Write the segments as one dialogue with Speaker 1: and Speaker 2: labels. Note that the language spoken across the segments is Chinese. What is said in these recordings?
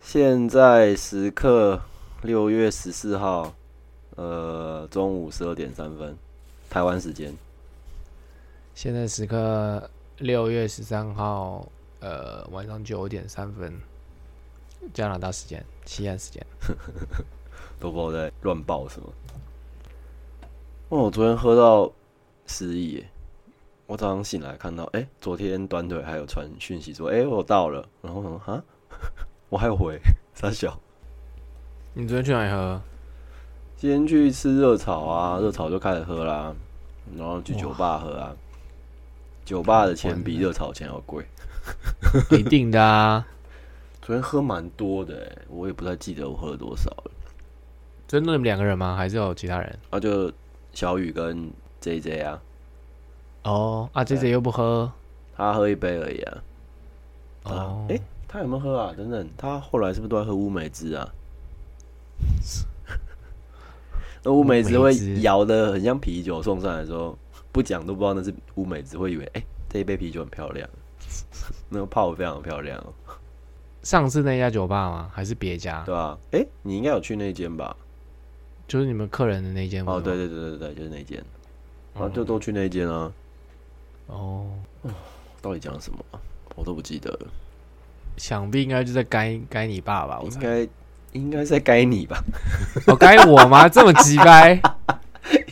Speaker 1: 现在时刻六月十四号，呃，中午十二点三分，台湾时间。
Speaker 2: 现在时刻六月十三号，呃，晚上九点三分，加拿大时间，西安时间。
Speaker 1: 都不知道在乱报什么。哦，我昨天喝到失忆耶，我早上醒来看到，哎、昨天短腿还有传讯息说，哎、我到了，然后我想说哈， 我还有回傻小。
Speaker 2: 你昨天去哪里喝？
Speaker 1: 今天去吃热炒啊，热炒就开始喝啦，然后去酒吧喝啊，酒吧的钱比热炒钱要贵。
Speaker 2: 一定的啊，
Speaker 1: 昨天喝蛮多的、哎，我也不太记得我喝了多少了。
Speaker 2: 昨天都你们两个人吗？还是有其他人？
Speaker 1: 啊，就小雨跟 J J 啊，
Speaker 2: 哦，啊，J J 又不喝。
Speaker 1: 他喝一杯而已啊。
Speaker 2: 哦，
Speaker 1: 哎、他有没有喝啊？等等，他后来是不是都在喝乌梅汁啊？ 那乌梅汁
Speaker 2: 乌梅
Speaker 1: 会
Speaker 2: 汁
Speaker 1: 摇的很像啤酒，送上来的时候不讲都不知道那是乌梅汁，会以为哎、这一杯啤酒很漂亮， 那个泡得非常漂亮
Speaker 2: 啊
Speaker 1: 哦，
Speaker 2: 上次那家酒吧吗？还是别家？
Speaker 1: 对吧、哎、你应该有去那间吧？
Speaker 2: 就是你们客人的那间。
Speaker 1: 哦，
Speaker 2: 不是
Speaker 1: 对
Speaker 2: 吗。
Speaker 1: 对对对对，就是那间，啊，
Speaker 2: 哦
Speaker 1: 就都去那间啊。
Speaker 2: 哦，
Speaker 1: 到底讲什么啊？我都不记得了，
Speaker 2: 想必应该就在该该你爸吧？我
Speaker 1: 应
Speaker 2: 猜。
Speaker 1: 该应该是在该你吧？
Speaker 2: 哦，该我吗？这么急掰？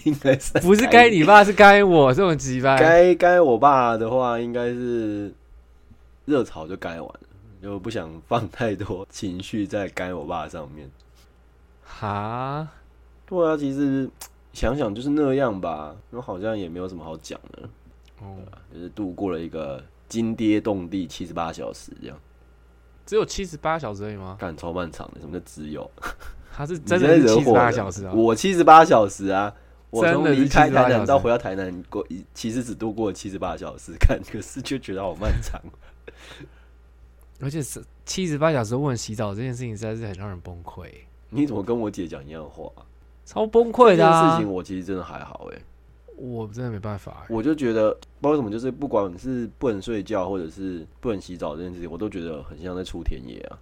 Speaker 1: 应该是在
Speaker 2: 不是该你爸，是该我，这么急掰。
Speaker 1: 该该我爸的话，应该是热炒就该完了，就不想放太多情绪在该我爸上面。
Speaker 2: 哈，
Speaker 1: 对啊，其实想想就是那样吧，那好像也没有什么好讲的，
Speaker 2: 哦，
Speaker 1: 就是度过了一个惊天动地七十八小时这样，
Speaker 2: 只有七十八小时而已吗？
Speaker 1: 干超漫长的，什么叫只有？
Speaker 2: 他是
Speaker 1: 你
Speaker 2: 真
Speaker 1: 在
Speaker 2: 的是
Speaker 1: 惹
Speaker 2: 七十
Speaker 1: 火
Speaker 2: 八
Speaker 1: 人
Speaker 2: 小时啊、
Speaker 1: 我七十八小时啊。我
Speaker 2: 真
Speaker 1: 从
Speaker 2: 的是
Speaker 1: 离开
Speaker 2: 78
Speaker 1: 台
Speaker 2: 小
Speaker 1: 南
Speaker 2: 时
Speaker 1: 到回到台南，过其实只度过七十八小时， 看可是就觉得好漫长。
Speaker 2: 而且是七十八小时问洗澡这件事情，实在是很让人崩溃，
Speaker 1: 你怎么跟我姐讲一样的话、啊？
Speaker 2: 超崩溃
Speaker 1: 这
Speaker 2: 的、
Speaker 1: 件
Speaker 2: 啊
Speaker 1: 事。情我其实真的还好哎、
Speaker 2: 我真的没办法欸、
Speaker 1: 我就觉得不知道为什么，就是不管是不能睡觉或者是不能洗澡这件事情，我都觉得很像在出田野啊，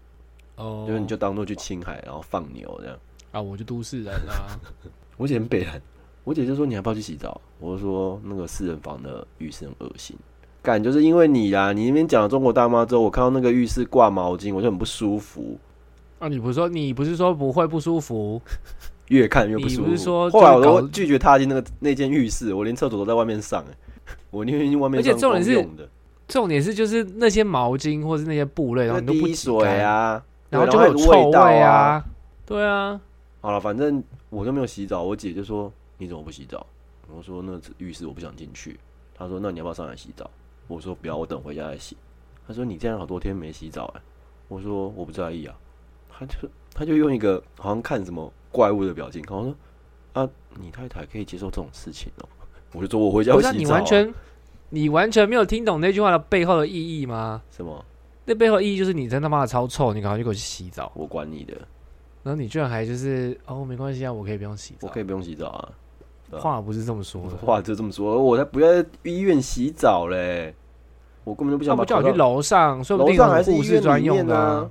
Speaker 2: 哦，
Speaker 1: 就是你就当做去青海然后放牛这样。
Speaker 2: 啊，我就都市人啊，
Speaker 1: 我姐很北然，我姐就说你还不要去洗澡，我就说那个四人房的浴室很恶心。感就是因为你啦，你那边讲了中国大妈之后，我看到那个浴室挂毛巾，我就很不舒服，
Speaker 2: 啊，你不是说你不是说不会不舒服？
Speaker 1: 越看越不舒
Speaker 2: 你
Speaker 1: 服。
Speaker 2: 不是说
Speaker 1: 后来我
Speaker 2: 就搞
Speaker 1: 都拒绝踏进那个那间浴室，我连厕所都在外面上、欸我宁愿去外面
Speaker 2: 而且
Speaker 1: 上
Speaker 2: 重点
Speaker 1: 公
Speaker 2: 是
Speaker 1: 用的。
Speaker 2: 重点是就是那些毛巾或是那些布类，然后
Speaker 1: 那
Speaker 2: 啊你都不
Speaker 1: 滴
Speaker 2: 洗
Speaker 1: 水
Speaker 2: 干，
Speaker 1: 啊，
Speaker 2: 然后
Speaker 1: 对
Speaker 2: 就会有
Speaker 1: 那个
Speaker 2: 臭
Speaker 1: 味道啊。
Speaker 2: 啊，对啊，
Speaker 1: 好了，反正我就没有洗澡，我姐就说你怎么不洗澡？我说那浴室我不想进去。她说那你要不要上来洗澡？我说不要，我等回家再洗。她说你这样好多天没洗澡哎、我说我不在意啊。她就她就用一个好像看什么怪物的表情，跟我说啊，你太太可以接受这种事情哦、我就说我回家
Speaker 2: 不
Speaker 1: 会
Speaker 2: 是啊
Speaker 1: 洗
Speaker 2: 你
Speaker 1: 澡啊、
Speaker 2: 完全你完全没有听懂那句话的背后的意义吗？
Speaker 1: 什么？
Speaker 2: 那背后的意义就是你真他妈的超臭，你赶快就给我去洗澡。
Speaker 1: 我管你的，
Speaker 2: 然后你居然还就是哦，没关系啊，我可以不用洗澡。
Speaker 1: 我可以不用洗澡啊。对啊
Speaker 2: 话不是这么说
Speaker 1: 我
Speaker 2: 的
Speaker 1: 的，话就这么说，我才不要在医院洗澡嘞！我根本就不
Speaker 2: 他
Speaker 1: 想把
Speaker 2: 不叫我去
Speaker 1: 口罩
Speaker 2: 楼上，说不定
Speaker 1: 楼上还是
Speaker 2: 有护士专用的、
Speaker 1: 医院里面啊，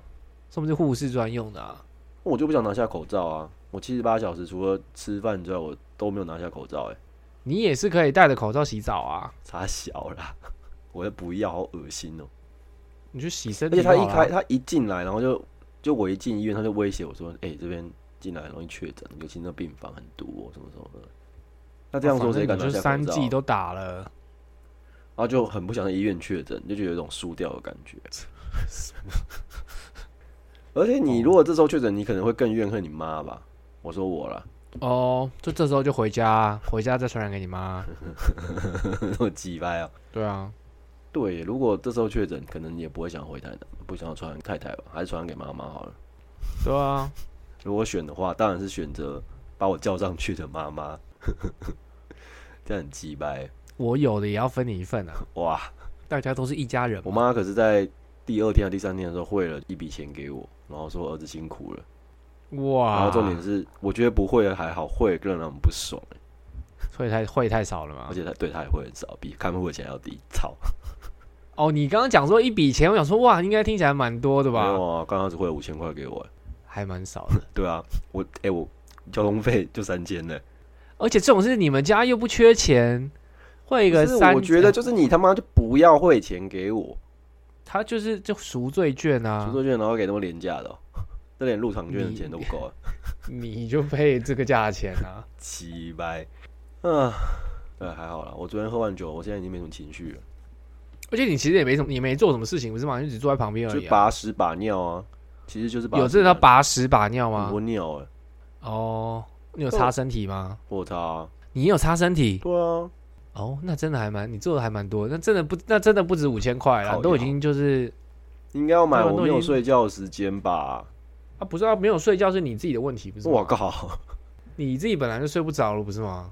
Speaker 2: 说不定护士专用的、啊。
Speaker 1: 我就不想拿下口罩啊！我七十八小时除了吃饭之外，我都没有拿下口罩、欸，哎，
Speaker 2: 你也是可以戴着口罩洗澡啊，
Speaker 1: 差小啦！ 我也不要，好恶心哦、
Speaker 2: 你去洗身
Speaker 1: 而
Speaker 2: 体
Speaker 1: 且他
Speaker 2: 好了
Speaker 1: 一
Speaker 2: 啊。
Speaker 1: 开，他一进来，然后就就我一进医院，他就威胁我说：“哎、这边进来很容易确诊，尤其那病房很毒哦、什么什么的。”那这样说谁敢
Speaker 2: 反
Speaker 1: 拿
Speaker 2: 正你就
Speaker 1: 下
Speaker 2: 三
Speaker 1: 口罩？啊
Speaker 2: 剂都打了，
Speaker 1: 然后就很不想在医院确诊，就觉得有一种输掉的感觉。而且你如果这时候确诊，你可能会更怨恨你妈吧？我说我啦，
Speaker 2: 哦，就这时候就回家，回家再传染给你妈。
Speaker 1: 那么鸡掰啊！
Speaker 2: 对啊，
Speaker 1: 对，如果这时候确诊，可能也不会想回台南，不想要传染太太吧，还是传染给妈妈好了。
Speaker 2: 对啊，
Speaker 1: 如果选的话，当然是选择把我叫上去的妈妈， 这样很鸡掰
Speaker 2: 我有的也要分你一份啊，
Speaker 1: 哇！
Speaker 2: 大家都是一家人嘛。
Speaker 1: 我妈可是在第二天还是第三天的时候汇了一笔钱给我，然后说儿子辛苦了。
Speaker 2: 哇，
Speaker 1: 然后重点是，我觉得不会的还好，会更让人不爽、
Speaker 2: 啊
Speaker 1: 欸
Speaker 2: 会太会太少了嘛
Speaker 1: 而？且他对他也会很少，比看护的钱还要低，操！
Speaker 2: 哦，你刚刚讲说一笔钱，我想说哇，应该听起来蛮多的
Speaker 1: 没有
Speaker 2: 吧？
Speaker 1: 啊，刚刚只汇五千块给我、欸，
Speaker 2: 还蛮少的。
Speaker 1: 对啊，我哎、我交通费就三千呢、
Speaker 2: 而且这种事你们家又不缺钱，会一个
Speaker 1: 可是
Speaker 2: 三，呃
Speaker 1: 我觉得就是你他妈就不要汇钱给我，
Speaker 2: 他就是就赎罪券 啊
Speaker 1: 出，作券然后给他们廉价的、 哦，这连入场券的钱都不够啊，
Speaker 2: 你就配这个价钱啊？
Speaker 1: 鸡掰，啊，对，还好啦，我昨天喝完酒，我现在已经没什么情绪了，
Speaker 2: 而且你其实也没什么，你没做什么事情不是吗？你只坐在旁边而
Speaker 1: 就
Speaker 2: 已、啊。
Speaker 1: 把屎把尿啊，其实就是把
Speaker 2: 有
Speaker 1: 这
Speaker 2: 这叫把屎把尿吗
Speaker 1: 我？尿哎、
Speaker 2: 哦，你有擦身体吗？
Speaker 1: 我擦、
Speaker 2: 你有擦身体？
Speaker 1: 对啊，
Speaker 2: 哦，那真的还蛮，你做的还蛮多，那真的不，那真的不止五千块
Speaker 1: 靠
Speaker 2: 了，
Speaker 1: 腰
Speaker 2: 都已经就是
Speaker 1: 应该要买
Speaker 2: 对啊
Speaker 1: 我
Speaker 2: 都已
Speaker 1: 没有
Speaker 2: 经
Speaker 1: 睡觉的时间吧？
Speaker 2: 啊，不是啊，没有睡觉是你自己的问题，不是？
Speaker 1: 我，靠！
Speaker 2: 你自己本来就睡不着了，不是吗？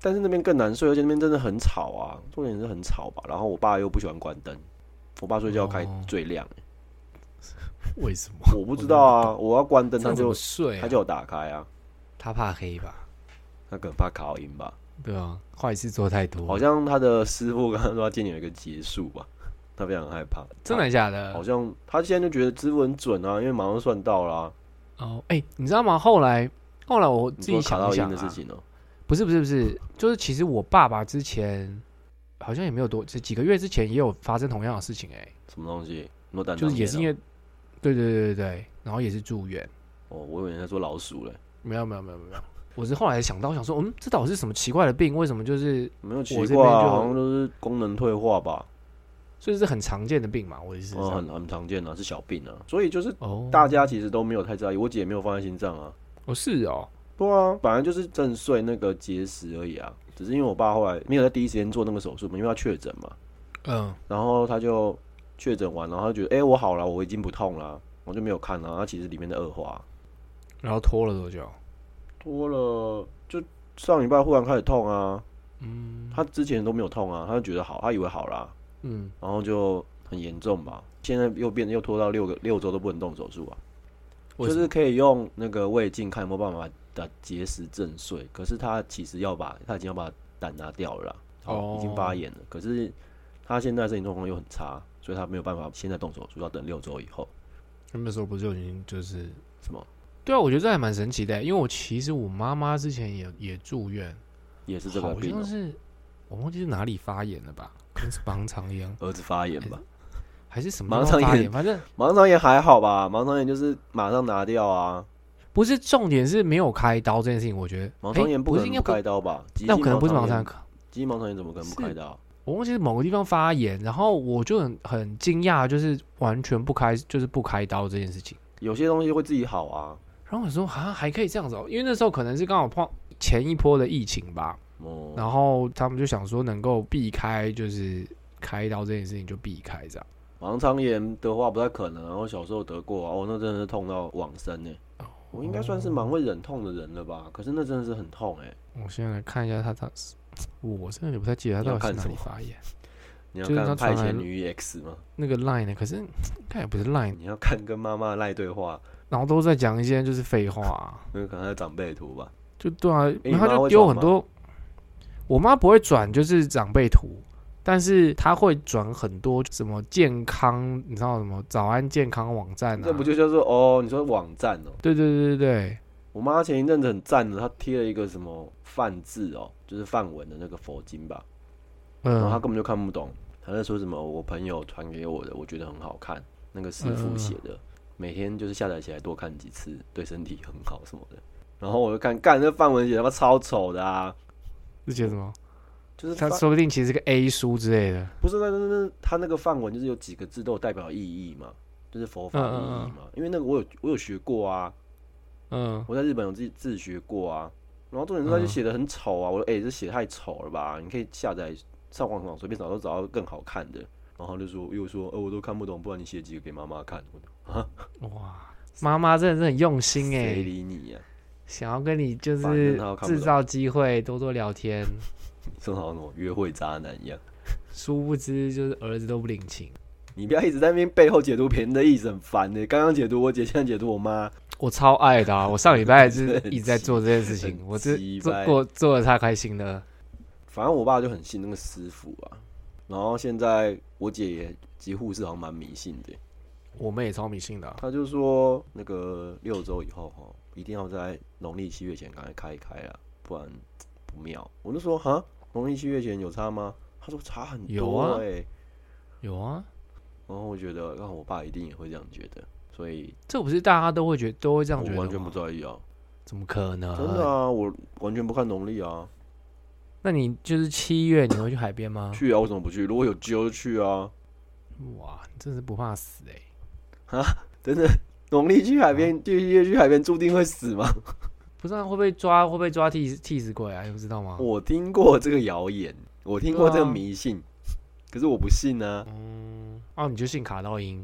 Speaker 1: 但是那边更难睡，而且那边真的很吵啊，重点是很吵吧。然后我爸又不喜欢关灯，我爸睡觉开
Speaker 2: 哦
Speaker 1: 最亮、
Speaker 2: 为什么？
Speaker 1: 我不知道啊，我要关灯，
Speaker 2: 这
Speaker 1: 他
Speaker 2: 样怎
Speaker 1: 就
Speaker 2: 么睡啊、
Speaker 1: 他就有打开啊，
Speaker 2: 他怕黑吧？
Speaker 1: 他可能怕考音吧。
Speaker 2: 对啊，坏事做太多，
Speaker 1: 好像他的师傅刚刚说他今年有一个结束吧，他非常害怕。
Speaker 2: 真的假
Speaker 1: 他
Speaker 2: 的
Speaker 1: 好？像他现在就觉得师傅很准啊，因为马上算到啦、
Speaker 2: 哦，哎、你知道吗？后来后来我
Speaker 1: 你
Speaker 2: 自己
Speaker 1: 说卡
Speaker 2: 想
Speaker 1: 到
Speaker 2: 一想、
Speaker 1: 音
Speaker 2: 啊，
Speaker 1: 的事情哦、
Speaker 2: 不是不是不是，就是其实我爸爸之前好像也没有多，这几个月之前也有发生同样的事情、哎，
Speaker 1: 什么东西？你说胆
Speaker 2: 就是也
Speaker 1: 囊
Speaker 2: 是
Speaker 1: 炎啊
Speaker 2: 因为，对对对对对，然后也是住院，
Speaker 1: 哦，我以为人家说老鼠嘞，
Speaker 2: 没有没有没有没有，我是后来想到，我想说，嗯，这到底是什么奇怪的病？为什么就是
Speaker 1: 没有奇
Speaker 2: 我这
Speaker 1: 怪、
Speaker 2: 边
Speaker 1: 啊，
Speaker 2: 就
Speaker 1: 好像都是功能退化吧，
Speaker 2: 所以是很常见的病嘛？我的意思是这
Speaker 1: 哦，
Speaker 2: 样
Speaker 1: 很很常见啊，是小病啊，所以就是
Speaker 2: 哦，
Speaker 1: 大家其实都没有太在意，我姐也没有放在心上啊。
Speaker 2: 哦是哦，
Speaker 1: 对啊，本来就是震碎那个结石而已啊，只是因为我爸后来没有在第一时间做那个手术嘛，因为他确诊嘛，
Speaker 2: 嗯，
Speaker 1: 然后他就确诊完，然后他就觉得哎、诶我好了，我已经不痛了，我就没有看了。他其实里面的恶化
Speaker 2: 然后拖了多久？
Speaker 1: 多了，就上礼拜忽然开始痛啊，嗯，他之前都没有痛啊，他就觉得好，他以为好啦，
Speaker 2: 嗯，
Speaker 1: 然后就很严重吧。现在又变又拖到六个六周都不能动手术啊，
Speaker 2: 为
Speaker 1: 就
Speaker 2: 什么
Speaker 1: 是可以用那个胃镜看有没有办法把结石震碎，可是他其实要把他已经要把胆拿掉了啦，
Speaker 2: 哦
Speaker 1: 已经发炎了，可是他现在身体状况又很差，所以他没有办法现在动手术，要等六周以后。
Speaker 2: 那时候不就已经就是
Speaker 1: 什么
Speaker 2: 对啊，我觉得这还蛮神奇的，因为我其实我妈妈之前也也住院，
Speaker 1: 也是这个
Speaker 2: 好
Speaker 1: 病、
Speaker 2: 像
Speaker 1: 哦，
Speaker 2: 是我忘记是哪里发炎了吧，可能是盲肠炎
Speaker 1: 儿子发炎吧？
Speaker 2: 还是什么地
Speaker 1: 盲肠
Speaker 2: 方
Speaker 1: 炎
Speaker 2: 发炎，反正
Speaker 1: 盲肠炎还好吧？盲肠炎就是马上拿掉啊，
Speaker 2: 不是重点是没有开刀这件事情，我觉得
Speaker 1: 盲肠
Speaker 2: 诶
Speaker 1: 炎
Speaker 2: 不
Speaker 1: 可
Speaker 2: 是
Speaker 1: 能
Speaker 2: 应
Speaker 1: 不
Speaker 2: 该不
Speaker 1: 开，刀吧？急
Speaker 2: 那
Speaker 1: 性
Speaker 2: 可能不是盲肠
Speaker 1: 炎
Speaker 2: 炎，，
Speaker 1: 急性盲肠炎怎么可能不开刀？
Speaker 2: 我忘记是某个地方发炎，然后我就很很惊讶，就是完全不开，就是不开刀这件事情。
Speaker 1: 有些东西会自己好啊。
Speaker 2: 然后我说啊，还可以这样子哦，因为那时候可能是刚好碰前一波的疫情吧，
Speaker 1: 哦，
Speaker 2: 然后他们就想说能够避开就是开刀这件事情就避开这样。
Speaker 1: 盲肠炎的话不太可能啊，我小时候得过啊，哦，那真的是痛到往生呢、欸我应该算是蛮会忍痛的人了吧？可是那真的是很痛哎、
Speaker 2: 我现在来看一下他他，我真的也不太记得他到底是哪里发炎。
Speaker 1: 你要
Speaker 2: 就是
Speaker 1: 看
Speaker 2: 他
Speaker 1: 《派
Speaker 2: 传
Speaker 1: 遣
Speaker 2: 来
Speaker 1: 女 X》吗？
Speaker 2: 那个 line 呢？可是应该也不是 line，
Speaker 1: 你要看跟妈妈赖对话，
Speaker 2: 然后都在讲一些就是废话啊、
Speaker 1: 那个可能是长辈图吧。
Speaker 2: 就对啊，
Speaker 1: 你
Speaker 2: 然后
Speaker 1: 妈
Speaker 2: 他就
Speaker 1: 会
Speaker 2: 丢
Speaker 1: 转
Speaker 2: 很
Speaker 1: 吗
Speaker 2: 多。我妈不会转，就是长辈图，但是她会转很多什么健康，你知道什么早安健康网站啊？
Speaker 1: 这不就叫做哦？你说网站哦？
Speaker 2: 对对对对对，
Speaker 1: 我妈前一阵子很赞的，她贴了一个什么梵字哦，就是梵文的那个佛经吧，然后她
Speaker 2: 嗯，
Speaker 1: 根本就看不懂，她在说什么我朋友传给我的，我觉得很好看，那个师傅写的，每天就是下载起来多看几次，对身体很好什么的。然后我就看，干那梵文写他妈超丑的啊，
Speaker 2: 是写什么？
Speaker 1: 就是
Speaker 2: 她
Speaker 1: 梵
Speaker 2: 说不定其实是个 A 书之类的。
Speaker 1: 不是那那那他那个梵文就是有几个字都有代表意义嘛，就是佛法意义嘛，因为那个我有我有学过啊，
Speaker 2: 嗯，
Speaker 1: 我在日本有自己自学过啊，然后重点是他就写的很丑啊，我说哎、这写得太丑了吧，你可以下载上网网随便找都找到更好看的，然后他就说又说呃我都看不懂，不然你写几个给妈妈看，我
Speaker 2: 哇，妈妈真的是很用
Speaker 1: 说
Speaker 2: 心哎、
Speaker 1: 谁理你啊呀、
Speaker 2: 想要跟你就
Speaker 1: 反正
Speaker 2: 是
Speaker 1: 她都看不
Speaker 2: 制造机会，多多聊天。
Speaker 1: 你正好像那种约会渣男一样，
Speaker 2: 殊不知就是儿子都不领情。
Speaker 1: 你不要一直在那边背后解读别人的意思，很烦的、刚刚解读我姐，现在解读我妈，
Speaker 2: 我超爱的、啊，我上礼拜就是
Speaker 1: 很
Speaker 2: 一直在
Speaker 1: 奇
Speaker 2: 做这件事 情，
Speaker 1: 很
Speaker 2: 我这
Speaker 1: 奇
Speaker 2: 做
Speaker 1: 怪
Speaker 2: 过做的他开心的。
Speaker 1: 反正我爸就很信那个师傅啊，然后现在我姐也几乎是好像蛮迷信的，
Speaker 2: 我们也超迷信的啊、
Speaker 1: 她就说那个六周以后哈，一定要在农历七月前赶快开一开啊，不然不妙。我就说哈，农历七月前有差吗？她说差很
Speaker 2: 有
Speaker 1: 多
Speaker 2: 啊
Speaker 1: 哎、
Speaker 2: 有啊，
Speaker 1: 然后我觉得，让我爸一定也会这样觉得，所以
Speaker 2: 这不是大家都会觉都会这
Speaker 1: 我
Speaker 2: 样觉得吗
Speaker 1: 完全不在意啊，
Speaker 2: 怎么可能？
Speaker 1: 真的啊，我完全不看农历啊，
Speaker 2: 那你就是七月你会去海边吗？
Speaker 1: 去啊，为什么不去？如果有揪就去啊，
Speaker 2: 哇，你真是不怕死哎、
Speaker 1: 真的，农历去海
Speaker 2: 啊
Speaker 1: 边，去去去海边，注定会死吗？
Speaker 2: 不知道会不会抓，会不会抓替替死鬼啊？你不知道吗？
Speaker 1: 我听过这个谣言，我听过这个
Speaker 2: 对啊
Speaker 1: 迷信，可是我不信啊，
Speaker 2: 嗯，哦，你就信卡到音，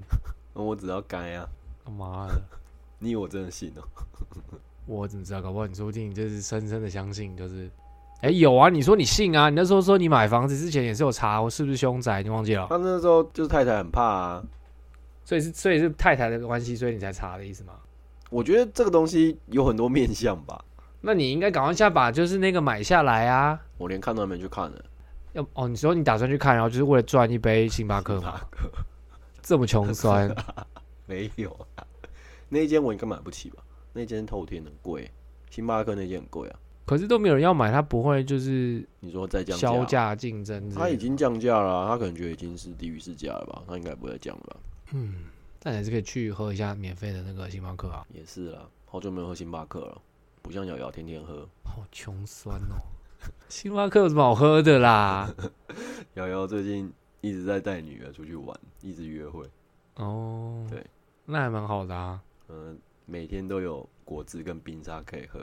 Speaker 1: 我只要该啊。
Speaker 2: 他妈的，
Speaker 1: 你以为我真的信哦、
Speaker 2: 我怎么知道？搞不好你说不定就是深深的相信，就是，哎、有啊，你说你信啊，你那时候说你买房子之前也是有查我是不是凶宅，你忘 记了？
Speaker 1: 他那时候就是太太很怕啊。
Speaker 2: 所以是所以是太太的关系，所以你才查的意思吗？
Speaker 1: 我觉得这个东西有很多面向吧，
Speaker 2: 那你应该赶快下把就是那个买下来啊。
Speaker 1: 我连看都还没去看呢。
Speaker 2: 要哦，你说你打算去看，然后就是为了赚一杯星巴克
Speaker 1: 星
Speaker 2: 吗？这么穷酸，
Speaker 1: 没有啊， 那一间我应该买不起吧？那间透天很贵，星巴克那间很贵啊。
Speaker 2: 可是都没有人要买，他不会就是
Speaker 1: 你说再降
Speaker 2: 销
Speaker 1: 价，
Speaker 2: 价竞争之
Speaker 1: 他
Speaker 2: 类
Speaker 1: 已
Speaker 2: 的，
Speaker 1: 经降价了啊、他可能觉得已经是低于市价了吧？他应该不会再降了吧？
Speaker 2: 但还是可以去喝一下免费的那个星巴克啊。
Speaker 1: 也是啦，好久没有喝星巴克了，不像瑶瑶天天喝。
Speaker 2: 好穷酸哦！ 星巴克有什么好喝的啦？
Speaker 1: 瑶瑶最近一直在带女儿出去玩，一直约会，
Speaker 2: 哦，
Speaker 1: 对，
Speaker 2: 那还蛮好的啊。
Speaker 1: 嗯、每天都有果汁跟冰沙可以喝。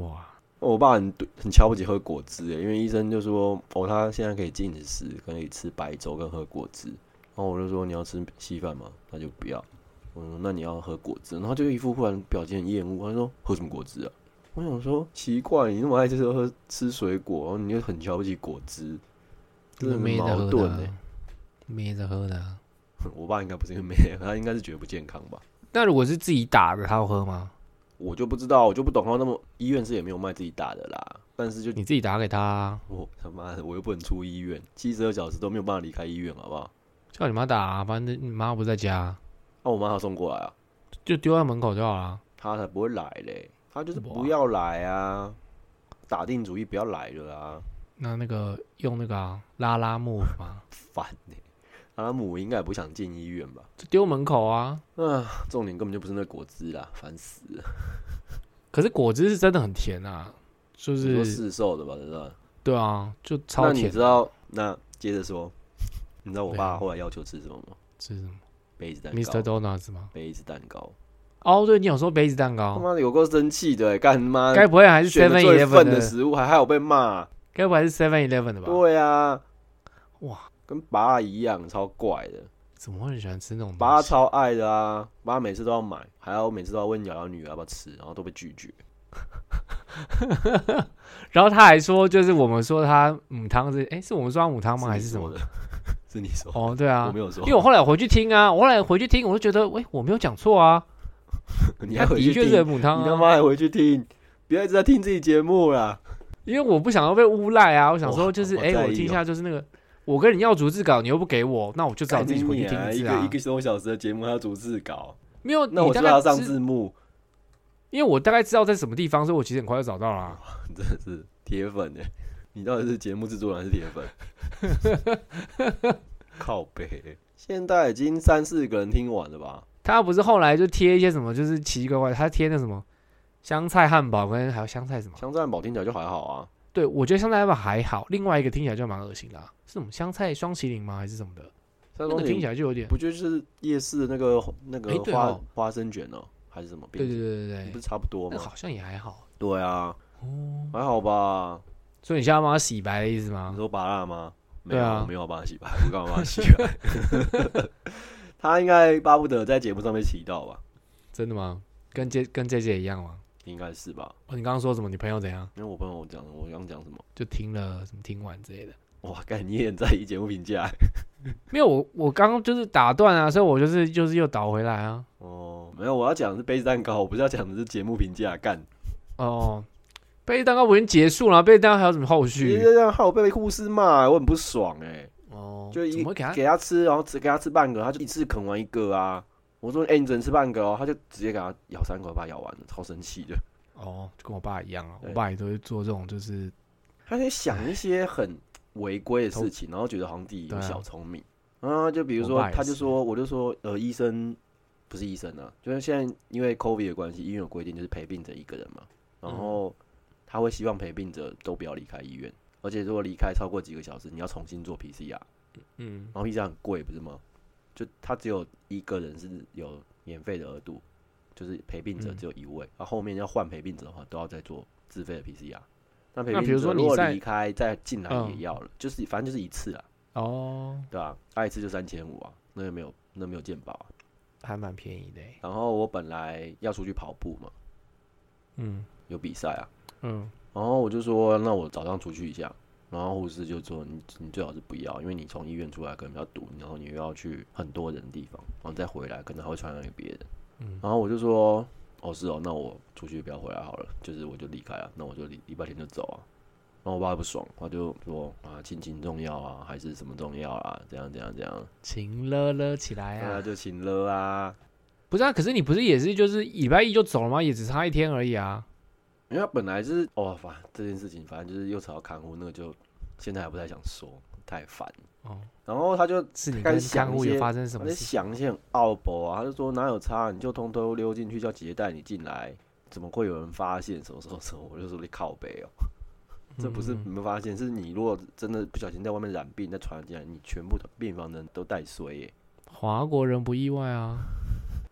Speaker 2: 哇，
Speaker 1: 我爸很很瞧不起喝果汁欸耶，因为医生就说哦，他现在可以禁食，可以吃白粥跟喝果汁。然后我就说你要吃稀饭吗？他就不要。我说那你要喝果汁，然后他就一副忽然表情很厌恶，他说喝什么果汁啊？我想说奇怪，你那么爱就是喝吃水果，然后你又很瞧不起果汁，真的很
Speaker 2: 没得
Speaker 1: 矛
Speaker 2: 喝
Speaker 1: 盾欸
Speaker 2: 的
Speaker 1: 耶
Speaker 2: 啊，没得喝的啊。
Speaker 1: 我爸应该不是因为没，他应该是觉得不健康吧？
Speaker 2: 那如果是自己打的，他要喝吗？
Speaker 1: 我就不知道，我就不懂他那么医院是也没有卖自己打的啦，但是就
Speaker 2: 你自己打给他啊，
Speaker 1: 我 他妈的，我又不能出医院，七十二小时都没有办法离开医院，好不好？
Speaker 2: 叫你妈打啊，反正你妈不在家，
Speaker 1: 那、我妈还送过来啊，
Speaker 2: 就丢在门口就好了。
Speaker 1: 她才不会来嘞，她就是
Speaker 2: 哇
Speaker 1: 不要来啊，打定主意不要来了啊，
Speaker 2: 那那个用那个啊拉拉木嘛，
Speaker 1: 烦呢、啊她母应该也不想进医院吧？
Speaker 2: 就丢门口啊。
Speaker 1: 啊，重点根本就不是那果汁啦，烦死了。
Speaker 2: 可是果汁是真的很甜啊，就
Speaker 1: 你说
Speaker 2: 是
Speaker 1: 市售的吧，对吧？
Speaker 2: 对啊，就
Speaker 1: 那
Speaker 2: 超
Speaker 1: 你
Speaker 2: 甜
Speaker 1: 知。道？那接着说，你知道我
Speaker 2: 对
Speaker 1: 爸
Speaker 2: 啊
Speaker 1: 后来要求吃什么吗？
Speaker 2: 是什么
Speaker 1: 杯子蛋
Speaker 2: ？Mr.
Speaker 1: 糕，
Speaker 2: Donuts 吗？
Speaker 1: 杯子蛋糕。
Speaker 2: 哦，对你有说杯子蛋
Speaker 1: 他
Speaker 2: 糕，
Speaker 1: 妈的有够生气的欸，干他妈！
Speaker 2: 该不会还是
Speaker 1: 选
Speaker 2: Seven
Speaker 1: 的最笨
Speaker 2: Eleven
Speaker 1: 的
Speaker 2: 的？
Speaker 1: 食物，还害我被骂。
Speaker 2: 该不会还是 Seven Eleven 的吧？
Speaker 1: 对啊，
Speaker 2: 哇，嗯
Speaker 1: 跟爸一样，超怪的。
Speaker 2: 怎么会很喜欢吃那种
Speaker 1: 爸
Speaker 2: 东西？
Speaker 1: 超爱的啊，爸每次都要买，还要每次都要问瑶瑶女儿要不要吃，然后都被拒绝。
Speaker 2: 然后他还说，就是我们说他母汤是，哎，是我们说他母汤吗？还
Speaker 1: 你
Speaker 2: 是什
Speaker 1: 说
Speaker 2: 么？
Speaker 1: 的？是你说的，
Speaker 2: 哦，对
Speaker 1: 我
Speaker 2: 啊
Speaker 1: 没，有说
Speaker 2: 因为。我后来回去听啊，我后来回去听，我就觉得，喂，我没有讲错啊，
Speaker 1: 你
Speaker 2: 他
Speaker 1: 还回去
Speaker 2: 的确
Speaker 1: 听？
Speaker 2: 是
Speaker 1: 你
Speaker 2: 母汤
Speaker 1: 他
Speaker 2: 啊，
Speaker 1: 妈还回去听？不要一直在听自己节目啦！
Speaker 2: 因为我不想要被诬赖啊，我想说就是，
Speaker 1: 哇
Speaker 2: 哎，
Speaker 1: 好在
Speaker 2: 我
Speaker 1: 意哦
Speaker 2: 听一下就是那个，我跟你要逐字稿，你又不给我，那我就只好自己回去
Speaker 1: 干你
Speaker 2: 听
Speaker 1: 啊！一
Speaker 2: 次
Speaker 1: 个
Speaker 2: 啊
Speaker 1: 一。个多小时的节目还要逐字稿，
Speaker 2: 没有，
Speaker 1: 那
Speaker 2: 你
Speaker 1: 我
Speaker 2: 大
Speaker 1: 就
Speaker 2: 概
Speaker 1: 要上
Speaker 2: 知
Speaker 1: 字幕，
Speaker 2: 因为我大概知道在什么地方，所以我其实很快就找到了啊、
Speaker 1: 你真的是铁粉哎！你到底是节目制作人还是铁 粉？靠北，现在已经三四个人听完了吧？
Speaker 2: 他不是后来就贴一些什么，就是奇奇怪怪，他贴那什么香菜汉堡跟还有香菜什么？
Speaker 1: 香赞堡听起来就还好啊，
Speaker 2: 对，我觉得香菜汉堡还好，另外一个听起来就蛮恶心的、啊，是什么香菜双麒麟吗？还是什么的？
Speaker 1: 三
Speaker 2: 那
Speaker 1: 种
Speaker 2: 个听起来就有点……
Speaker 1: 不就是夜市的那个那个
Speaker 2: 哎对
Speaker 1: 花、
Speaker 2: 哦
Speaker 1: 花生卷哦、还是什么
Speaker 2: 对
Speaker 1: 饼？
Speaker 2: 对对对
Speaker 1: 不
Speaker 2: 对，
Speaker 1: 是差不多
Speaker 2: 那
Speaker 1: 吗？
Speaker 2: 好像哦也还好。
Speaker 1: 对啊，还好吧？
Speaker 2: 所以你现在要帮他洗白的意思
Speaker 1: 你
Speaker 2: 吗？
Speaker 1: 说拔蜡吗？没
Speaker 2: 啊对
Speaker 1: 有，
Speaker 2: 啊
Speaker 1: 我没有帮他洗白，我干嘛帮他洗白？ 他应该巴不得在节目上面提到吧？
Speaker 2: 真的吗？跟 J 跟 J J 一样吗？
Speaker 1: 应该是吧？
Speaker 2: 哦，你刚刚说什么？你朋友怎样？
Speaker 1: 因为我朋友讲，我刚讲什么？
Speaker 2: 就听了什么听完之类的？
Speaker 1: 哇，干你也很在意节目评价
Speaker 2: 没有，我我刚刚就是打断啊，所以我就是就是又倒回来啊。
Speaker 1: 哦？没有，我要讲的是杯子蛋糕，我不是要讲的是节目评价。干，
Speaker 2: 哦，贝利蛋糕我已经结束了，贝利蛋糕还有什么后
Speaker 1: 你
Speaker 2: 续？
Speaker 1: 这样害我被护士骂，我很不爽哎、
Speaker 2: 哦，
Speaker 1: 就
Speaker 2: 怎
Speaker 1: 一
Speaker 2: 么会给他？
Speaker 1: 给他吃，然后只给他吃半个，他就一次啃完一个啊。我说：“哎、你只能吃半个哦。”他就直接给他咬三口，把它咬完了，超生气的。
Speaker 2: 哦，就跟我爸一样啊，我
Speaker 1: 对
Speaker 2: 爸也都会做这种，就是
Speaker 1: 他在想一些很违规的事情，然后觉得好像自己有小聪明啊。就比如
Speaker 2: 我
Speaker 1: 说
Speaker 2: 爸，也
Speaker 1: 他就是说，我就说，呃，医生不是医生啊，就是现在因为 COVID 的关系，医院有规定就是陪病者一个人嘛，然后他会希望陪病者都不要离开医院，而且如果离开超过几个小时，你要重新做 PCR，
Speaker 2: 嗯，
Speaker 1: 然后 PCR 很贵，不是吗？就他只有一个人是有免费的额度，就是陪病者
Speaker 2: 嗯
Speaker 1: 只有一位，然后后面要换陪病者的话，都要再做自费的 PCR。那陪
Speaker 2: 那
Speaker 1: 病
Speaker 2: 比如
Speaker 1: 者
Speaker 2: 说
Speaker 1: 如
Speaker 2: 你
Speaker 1: 果
Speaker 2: 在
Speaker 1: 离开再进来
Speaker 2: 嗯
Speaker 1: 也要了，就是反正就是一次啊，
Speaker 2: 哦，
Speaker 1: 对吧、啊？一次就三千五啊，那也没有那没有健保啊。
Speaker 2: 还蛮便宜的欸，
Speaker 1: 然后我本来要出去跑步嘛，
Speaker 2: 嗯
Speaker 1: 有比赛啊，
Speaker 2: 嗯，
Speaker 1: 然后我就说那我早上出去一下，然后护士就说你你最好是不要，因为你从医院出来可能比较堵，然后你又要去很多人的地方，然后再回来可能还会传染给别人。
Speaker 2: 嗯
Speaker 1: 然后我就说哦是哦，那我出去不要回来好了，就是我就离开了，啊那我就礼礼拜天就走啊。然后我爸不爽，他就说啊亲情重要啊，还是什么重要啊，怎样怎样怎样，
Speaker 2: 勤了了起来
Speaker 1: 那
Speaker 2: 啊，
Speaker 1: 就请了啊。
Speaker 2: 不是啊，可是你不是也是就是礼拜一就走了吗？也只差一天而已啊，
Speaker 1: 因为他本来就是哦，反这件事情，反正就是又吵到看护，那个就现在还不太想说，太烦。
Speaker 2: 哦，
Speaker 1: 然后他就是
Speaker 2: 你
Speaker 1: 开
Speaker 2: 跟
Speaker 1: 始
Speaker 2: 看
Speaker 1: 想一
Speaker 2: 护有
Speaker 1: 些
Speaker 2: 发生什
Speaker 1: 他
Speaker 2: 么
Speaker 1: 在
Speaker 2: 事情？
Speaker 1: 想一些很奥博啊，他就说哪有差，你就偷偷溜进去叫姐姐带你进来，怎么会有人发现？什么什么什么？我就说你靠北哦、这不是
Speaker 2: 嗯
Speaker 1: 你没发现，是你如果真的不小心在外面染病再传染进来，你全部的病房的人都带衰耶、
Speaker 2: 华国人不意外啊。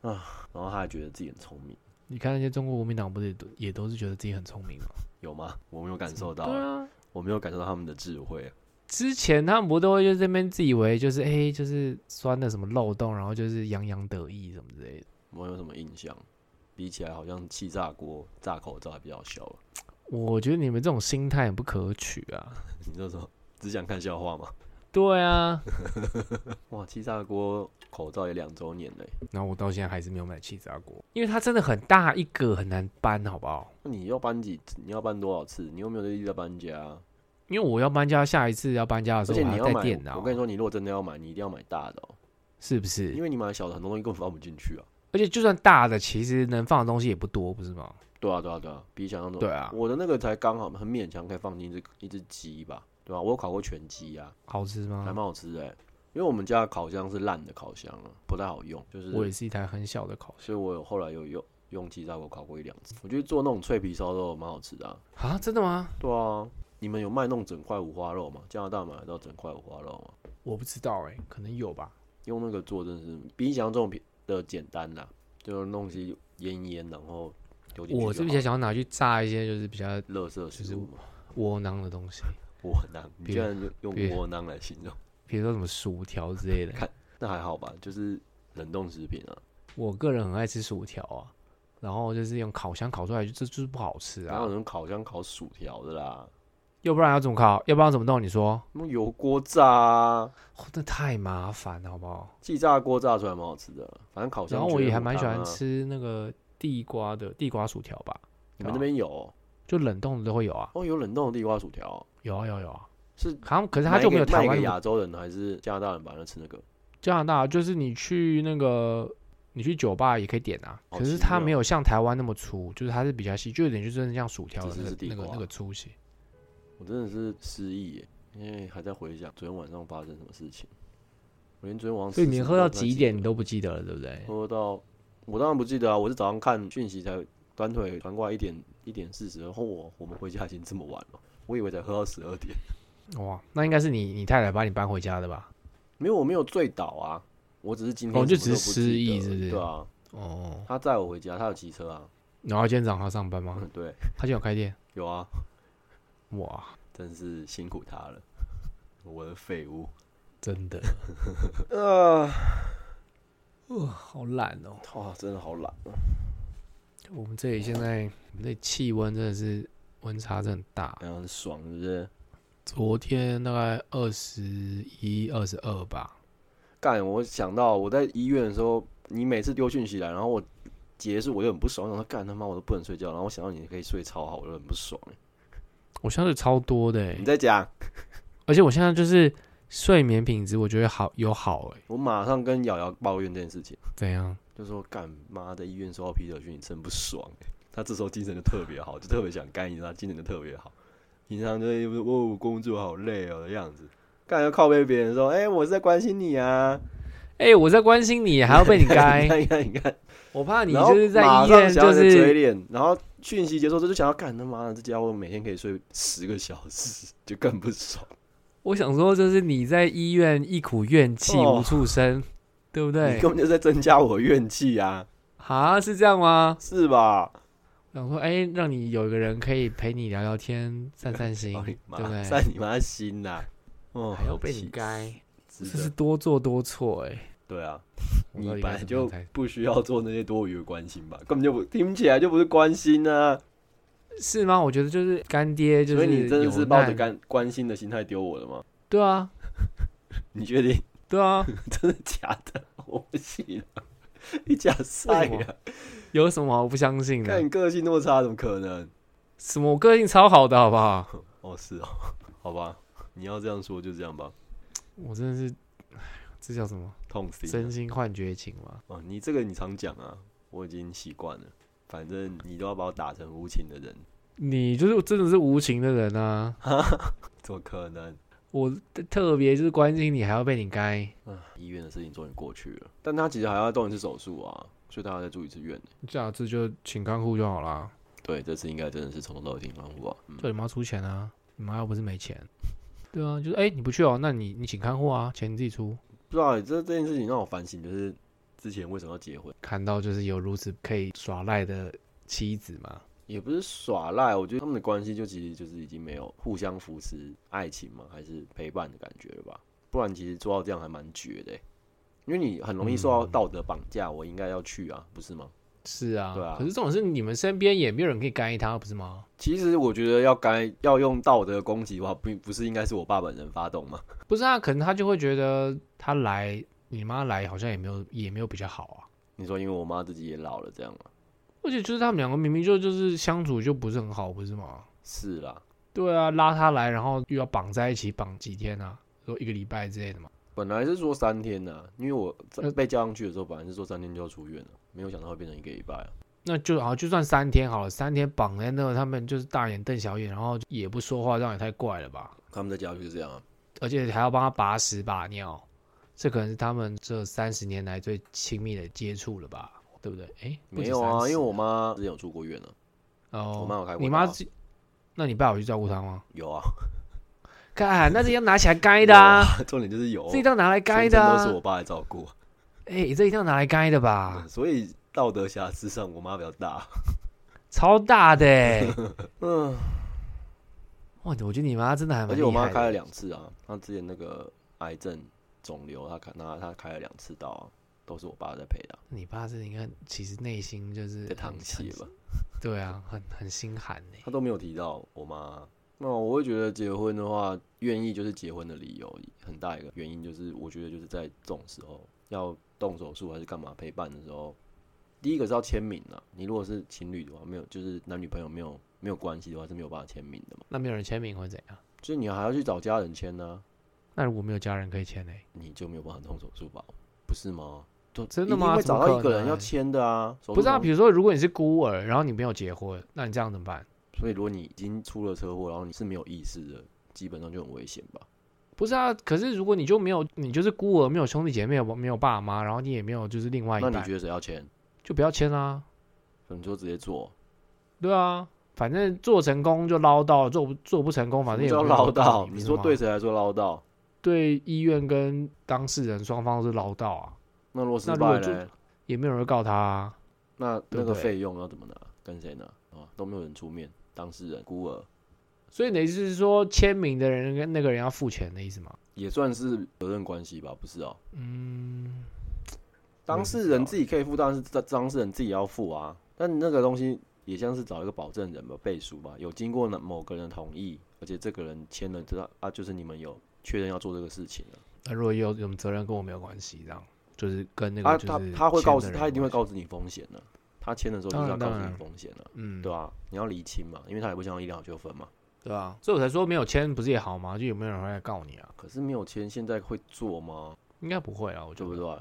Speaker 1: 然后他还觉得自己很聪明，
Speaker 2: 你看那些中国国民党不是也都也都是觉得自己很聪明吗？
Speaker 1: 有吗？我没有感受到
Speaker 2: 对，啊，
Speaker 1: 我没有感受到他们的智慧。啊
Speaker 2: 之前他们不都会就这边自以为就是哎、就是钻了什么漏洞，然后就是洋洋得意什么之类的。
Speaker 1: 我有什么印象？比起来好像气炸锅、炸口罩还比较好笑。
Speaker 2: 我觉得你们这种心态很不可取啊。
Speaker 1: 你说什么？只想看笑话吗？
Speaker 2: 对 啊，
Speaker 1: 哇，气炸锅口罩也两周年嘞，
Speaker 2: 然后我到现在还是没有买气炸锅，因为它真的很大一个，很难搬，好不好？
Speaker 1: 那你要搬几次？你要搬多少次？你又没有一直在搬家，
Speaker 2: 因为我要搬家，下一次要搬家的
Speaker 1: 而
Speaker 2: 时候，
Speaker 1: 且
Speaker 2: 我还
Speaker 1: 你
Speaker 2: 要带
Speaker 1: 买
Speaker 2: 电，脑，
Speaker 1: 我跟你说，你如果真的要买，你一定要买大的、哦，
Speaker 2: 是不是
Speaker 1: 因？为你买小的很多东西根本放不进去啊。
Speaker 2: 而且就算大的，其实能放的东西也不多，不是吗？
Speaker 1: 对啊，对啊，对啊，比想象中。
Speaker 2: 对啊
Speaker 1: 我的那个才刚好，很勉强可以放进一只一只鸡吧，对吧、啊我有烤过全鸡啊，
Speaker 2: 好吃
Speaker 1: 还蛮
Speaker 2: 吗？
Speaker 1: 好吃的欸、因为我们家的烤箱是烂的烤箱啊，不太好用，就是
Speaker 2: 我也是一台很小的烤
Speaker 1: 所以我有后来有用用气炸锅烤过一两次。我觉得做那种脆皮烧肉蛮好吃的、啊。
Speaker 2: 箱啊，真的吗？
Speaker 1: 对啊，你们有卖那种整块五花肉吗？加拿大买得到整块五花肉吗？
Speaker 2: 我不知道哎、可能有吧。
Speaker 1: 用那个做真是比你想象中的简单啦，就是弄些腌一腌，然后丢进去。
Speaker 2: 我是比较
Speaker 1: 些
Speaker 2: 想要拿去炸一些就是比较
Speaker 1: 乐色食物嘛，
Speaker 2: 窝囊的东西，
Speaker 1: 窝囊，你
Speaker 2: 别
Speaker 1: 居然用
Speaker 2: 别
Speaker 1: 用窝囊来形容，
Speaker 2: 比如说什么薯条之类的。
Speaker 1: 看那还好吧？就是冷冻食品啊，
Speaker 2: 我个人很爱吃薯条啊，然后就是用烤箱烤出来，就这就是不好吃
Speaker 1: 哪有
Speaker 2: 啊。
Speaker 1: 人烤箱烤薯条的啦？
Speaker 2: 要不然要怎么烤？要不然要怎么弄？你说，
Speaker 1: 用油锅炸、啊，
Speaker 2: 哦、那太麻烦了，好不好？
Speaker 1: 气炸锅炸出来蛮好吃的。啊反正烤箱、
Speaker 2: 然后我也还蛮喜
Speaker 1: 啊
Speaker 2: 欢。吃啊那个地瓜的地瓜薯条吧，
Speaker 1: 你们那边有哦
Speaker 2: 就冷冻的都会有啊，
Speaker 1: 哦？有冷冻的地瓜薯条哦、
Speaker 2: 有啊有啊有啊。
Speaker 1: 是
Speaker 2: 好像可是它就没有
Speaker 1: 卖给
Speaker 2: 台湾
Speaker 1: 卖给
Speaker 2: 那么
Speaker 1: 亚洲人还是加拿大人吧？那吃那个
Speaker 2: 加拿大，就是你去那个你去酒吧也可以点啊，
Speaker 1: 好
Speaker 2: 可是
Speaker 1: 奇
Speaker 2: 它
Speaker 1: 妙哦
Speaker 2: 没有像台湾那么粗，就是它是比较细，就有点就真的像薯条的
Speaker 1: 这
Speaker 2: 那
Speaker 1: 是
Speaker 2: 个
Speaker 1: 地
Speaker 2: 那个
Speaker 1: 瓜
Speaker 2: 那个粗细。
Speaker 1: 我真的是失忆耶，因为还在回想昨天晚上发生什么事情。哦我连昨天晚上
Speaker 2: 所以你
Speaker 1: 14
Speaker 2: 喝到
Speaker 1: 都不太
Speaker 2: 几
Speaker 1: 记
Speaker 2: 点
Speaker 1: 得
Speaker 2: 你都不记得了，对不对？
Speaker 1: 喝到我当然不记得啊，我是早上看讯息才短腿传过来一点一点四十，然后我我们回家已经这么晚了，我以为才喝到十二点，
Speaker 2: 哇，那应该是你你太太把你搬回家的吧？
Speaker 1: 没有我没有醉倒啊，我只是今天
Speaker 2: 哦就
Speaker 1: 什么都不记
Speaker 2: 只是失忆
Speaker 1: 得
Speaker 2: 是不是
Speaker 1: 对啊，
Speaker 2: 哦，
Speaker 1: 他载我回家，他有骑车啊，
Speaker 2: 然后今天早上还要上班吗？
Speaker 1: 对，
Speaker 2: 他今天有开店？
Speaker 1: 有啊，
Speaker 2: 哇，
Speaker 1: 真是辛苦他了，我的废物。
Speaker 2: 真 的，
Speaker 1: 呃，
Speaker 2: 哇，好懒哦。
Speaker 1: 哇，真的好懒啊！
Speaker 2: 我们这里现在我们这里气温真的是温差真的很大，
Speaker 1: 然后很爽，是不是？
Speaker 2: 昨天大概二十一、二十二吧。
Speaker 1: 干，我想到我在医院的时候，你每次丢讯息来，然后我结束我就很不爽，我想说干他妈我都不能睡觉，然后我想到你可以睡超好，我就很不爽。
Speaker 2: 我相对超多的、欸，
Speaker 1: 你在讲，
Speaker 2: 而且我现在就是睡眠品质我觉得好有好哎、
Speaker 1: 我马上跟瑶瑶抱怨这件事情，
Speaker 2: 怎样？
Speaker 1: 就说干妈的医院收到皮特逊，真不爽、欸。他这时候精神就特别好，就特别想干一他精神就特别好。平常就是哦，我工作好累哦的样子，干要靠背别人说，哎、我是在关心你啊，
Speaker 2: 哎、我在关心你，还要 被你
Speaker 1: 你
Speaker 2: 该，
Speaker 1: 看你看你看，
Speaker 2: 我怕你
Speaker 1: 然后
Speaker 2: 就是在
Speaker 1: 马
Speaker 2: 医
Speaker 1: 上
Speaker 2: 院
Speaker 1: 想
Speaker 2: 就
Speaker 1: 要你的嘴
Speaker 2: 是
Speaker 1: 脸，然后讯息结束之后就想要干他妈的，这家伙每天可以睡十个小时，就更不爽。
Speaker 2: 我想说，就是你在医院一苦怨气
Speaker 1: 哦
Speaker 2: 无处生，对不
Speaker 1: 你
Speaker 2: 对
Speaker 1: 根？本就在增加我怨气啊，
Speaker 2: 啊，是这样吗？
Speaker 1: 是吧？
Speaker 2: 想说，哎、让你有一个人可以陪你聊聊天、散散心
Speaker 1: 操你，哎妈
Speaker 2: 对不对？
Speaker 1: 散你妈心呐、哦，
Speaker 2: 还要被
Speaker 1: 气
Speaker 2: 你
Speaker 1: 死
Speaker 2: 该，
Speaker 1: 值
Speaker 2: 这
Speaker 1: 得
Speaker 2: 是多做多错哎、
Speaker 1: 对啊，
Speaker 2: 我
Speaker 1: 你
Speaker 2: 到底
Speaker 1: 本
Speaker 2: 该
Speaker 1: 来
Speaker 2: 怎么
Speaker 1: 就
Speaker 2: 样才
Speaker 1: 不需要做那些多余的关心吧，根本就不听起来就不是关心啊。
Speaker 2: 是吗？我觉得就是干爹，就
Speaker 1: 所
Speaker 2: 是
Speaker 1: 以你真的是
Speaker 2: 有
Speaker 1: 抱着
Speaker 2: 难
Speaker 1: 干关心的心态丢我的吗？
Speaker 2: 对啊，
Speaker 1: 你确定
Speaker 2: 对啊，
Speaker 1: 真的假的？ 我不信了， 你假赛
Speaker 2: 为什么
Speaker 1: 啊！
Speaker 2: 有什么好不相信的
Speaker 1: 看？你个性那么差，怎么可能？
Speaker 2: 什么？我个性超好的，好不好？
Speaker 1: 哦，是哦，好吧，你要这样说就这样吧，
Speaker 2: 我真的是，哎，这叫什么？
Speaker 1: 痛心
Speaker 2: 真
Speaker 1: 啊
Speaker 2: 心换绝情嘛？
Speaker 1: 哦！你这个你常讲啊，我已经习惯了。反正你都要把我打成无情的人，
Speaker 2: 你就是真的是无情的人啊！
Speaker 1: 怎么可能？
Speaker 2: 我特特别就是关心你，还要被你该，
Speaker 1: 啊，医院的事情终于过去了，但他其实还要动一次手术啊，所以他还要再住一次院呢。
Speaker 2: 下次就请看护就好啦。
Speaker 1: 对，这次应该真的是从头到尾听看护啊。嗯，
Speaker 2: 叫你妈出钱啊，你妈又不是没钱。对啊，就是哎、你不去哦，那你你请看护啊，钱你自己出。
Speaker 1: 不知道这这件事情让我反省，就是之前为什么要结婚，
Speaker 2: 看到就是有如此可以耍赖的妻子嘛，
Speaker 1: 也不是耍赖，我觉得他们的关系就其实就是已经没有互相扶持、爱情嘛，还是陪伴的感觉了吧？不然其实做到这样还蛮绝的欸、因为你很容易受到道德绑架，我应该要去啊，不是吗？
Speaker 2: 是啊，
Speaker 1: 对啊
Speaker 2: 可是这种事你们身边也没有人可以干预他，不是吗？
Speaker 1: 其实我觉得要该要用道德攻击的话，并不是应该是我爸本人发动吗？
Speaker 2: 不是啊，可能他就会觉得他来，你妈来好像也没有也没有比较好啊。
Speaker 1: 你说因为我妈自己也老了这样嘛？
Speaker 2: 而且就是他们两个明明就就是相处就不是很好，不是吗？
Speaker 1: 是啦，
Speaker 2: 对啊，拉他来，然后又要绑在一起绑几天啊，说一个礼拜之类的嘛。
Speaker 1: 本来是说三天呐、因为我在
Speaker 2: 呃
Speaker 1: 被叫上去的时候，本来是说三天就要出院了，没有想到会变成一个礼拜、啊。
Speaker 2: 那就好，就算三天好了，三天绑在那，他们就是大眼瞪小眼，然后也不说话，这样也太怪了吧？
Speaker 1: 他们在家就是这样啊，
Speaker 2: 而且还要帮他把屎把尿，这可能是他们这三十年来最亲密的接触了吧？对不对？哎，不止
Speaker 1: 没有啊，
Speaker 2: 30
Speaker 1: 因为我妈之前有住过院啊，
Speaker 2: 哦，
Speaker 1: 我妈有开过
Speaker 2: 你
Speaker 1: 刀啊
Speaker 2: 妈自，那你爸有去照顾她吗？
Speaker 1: 有啊，
Speaker 2: 干，那这要拿起来该的啊，
Speaker 1: 重点就是有，
Speaker 2: 这一定要拿来该
Speaker 1: 全
Speaker 2: 的
Speaker 1: 程
Speaker 2: 啊
Speaker 1: 都是。我爸来照顾，
Speaker 2: 哎、这一定要拿来该的吧，
Speaker 1: 所以道德瑕疵上我妈比较大。
Speaker 2: 超大的、 欸。
Speaker 1: 嗯，
Speaker 2: 哇，我觉得你妈真的还蛮
Speaker 1: 而且我妈
Speaker 2: 厉害的
Speaker 1: 开了两次啊，她之前那个癌症肿瘤，她开她她开了两次刀、啊，都是我爸在陪的啊，
Speaker 2: 你爸这应该其实内心就是
Speaker 1: 在淌
Speaker 2: 很
Speaker 1: 血吧。，
Speaker 2: 很对啊，很很心寒欸呢、
Speaker 1: 他都没有提到我妈。那我会觉得结婚的话，愿意就是结婚的理由，很大一个原因就是我觉得就是在这种时候要动手术还是干嘛陪伴的时候，第一个是要签名啊。你如果是情侣的话，没有就是男女朋友没有没有关系的话是没有办法签名的嘛，
Speaker 2: 那没有人签名会怎样？
Speaker 1: 就是你还要去找家人签呢、
Speaker 2: 那如果没有家人可以签呢、
Speaker 1: 你就没有办法动手术吧？不是吗？就
Speaker 2: 真的吗
Speaker 1: 一定会找到一个
Speaker 2: 怎么可
Speaker 1: 人
Speaker 2: 能
Speaker 1: 要签的啊，手术
Speaker 2: 不是啊，
Speaker 1: 同
Speaker 2: 比如说如果你是孤儿，然后你没有结婚，那你这样怎么办？
Speaker 1: 所以如果你已经出了车祸，然后你是没有意识的，基本上就很危险吧。
Speaker 2: 不是啊，可是如果你就没有，你就是孤儿，没有兄弟姐妹，没有爸妈，然后你也没有就是另外一
Speaker 1: 那你
Speaker 2: 半，
Speaker 1: 觉得谁要签？
Speaker 2: 就不要签啊。
Speaker 1: 你就直接做，
Speaker 2: 对啊，反正做成功就捞到，做不做不成功，反正也
Speaker 1: 叫
Speaker 2: 不会有
Speaker 1: 唠
Speaker 2: 人告
Speaker 1: 叨。
Speaker 2: 不
Speaker 1: 你
Speaker 2: 是
Speaker 1: 说
Speaker 2: 吗
Speaker 1: 对谁来说唠叨？
Speaker 2: 对医院跟当事人双方都是捞到啊，
Speaker 1: 那如果失
Speaker 2: 那如
Speaker 1: 败
Speaker 2: 果就
Speaker 1: 嘞，
Speaker 2: 也没有人会告他啊。
Speaker 1: 那那
Speaker 2: 对不
Speaker 1: 个
Speaker 2: 对
Speaker 1: 费用要怎么拿？跟谁拿？啊，都没有人出面，当事人孤儿
Speaker 2: 所以你的意思是说，签名的人跟那个人要付钱的意思吗？
Speaker 1: 也算是责任关系吧，不是哦？
Speaker 2: 嗯，
Speaker 1: 当事人自己可以负担，是当当事人自己要付啊。但那个东西也像是找一个保证人吧，背书吧，有经过某个人的同意，而且这个人签了，知道啊，就是你们有确认要做这个事情啊。
Speaker 2: 那如果有有责任跟我没有关系，这样就是跟那
Speaker 1: 啊，
Speaker 2: 个就是
Speaker 1: 他他会告
Speaker 2: 签
Speaker 1: 知，
Speaker 2: 的人
Speaker 1: 他一定
Speaker 2: 有
Speaker 1: 会
Speaker 2: 关
Speaker 1: 告知你风险的、他签的时候就是要
Speaker 2: 当然
Speaker 1: 告
Speaker 2: 当
Speaker 1: 知你
Speaker 2: 然
Speaker 1: 风险的、
Speaker 2: 系，嗯，
Speaker 1: 对啊，你要厘清嘛，因为他也不想要医疗纠纷嘛。
Speaker 2: 对吧、所以我才说没有签不是也好吗？就有没有人会来告你啊？
Speaker 1: 可是没有签，现在会做吗？
Speaker 2: 应该不会啊，我觉
Speaker 1: 对不
Speaker 2: 得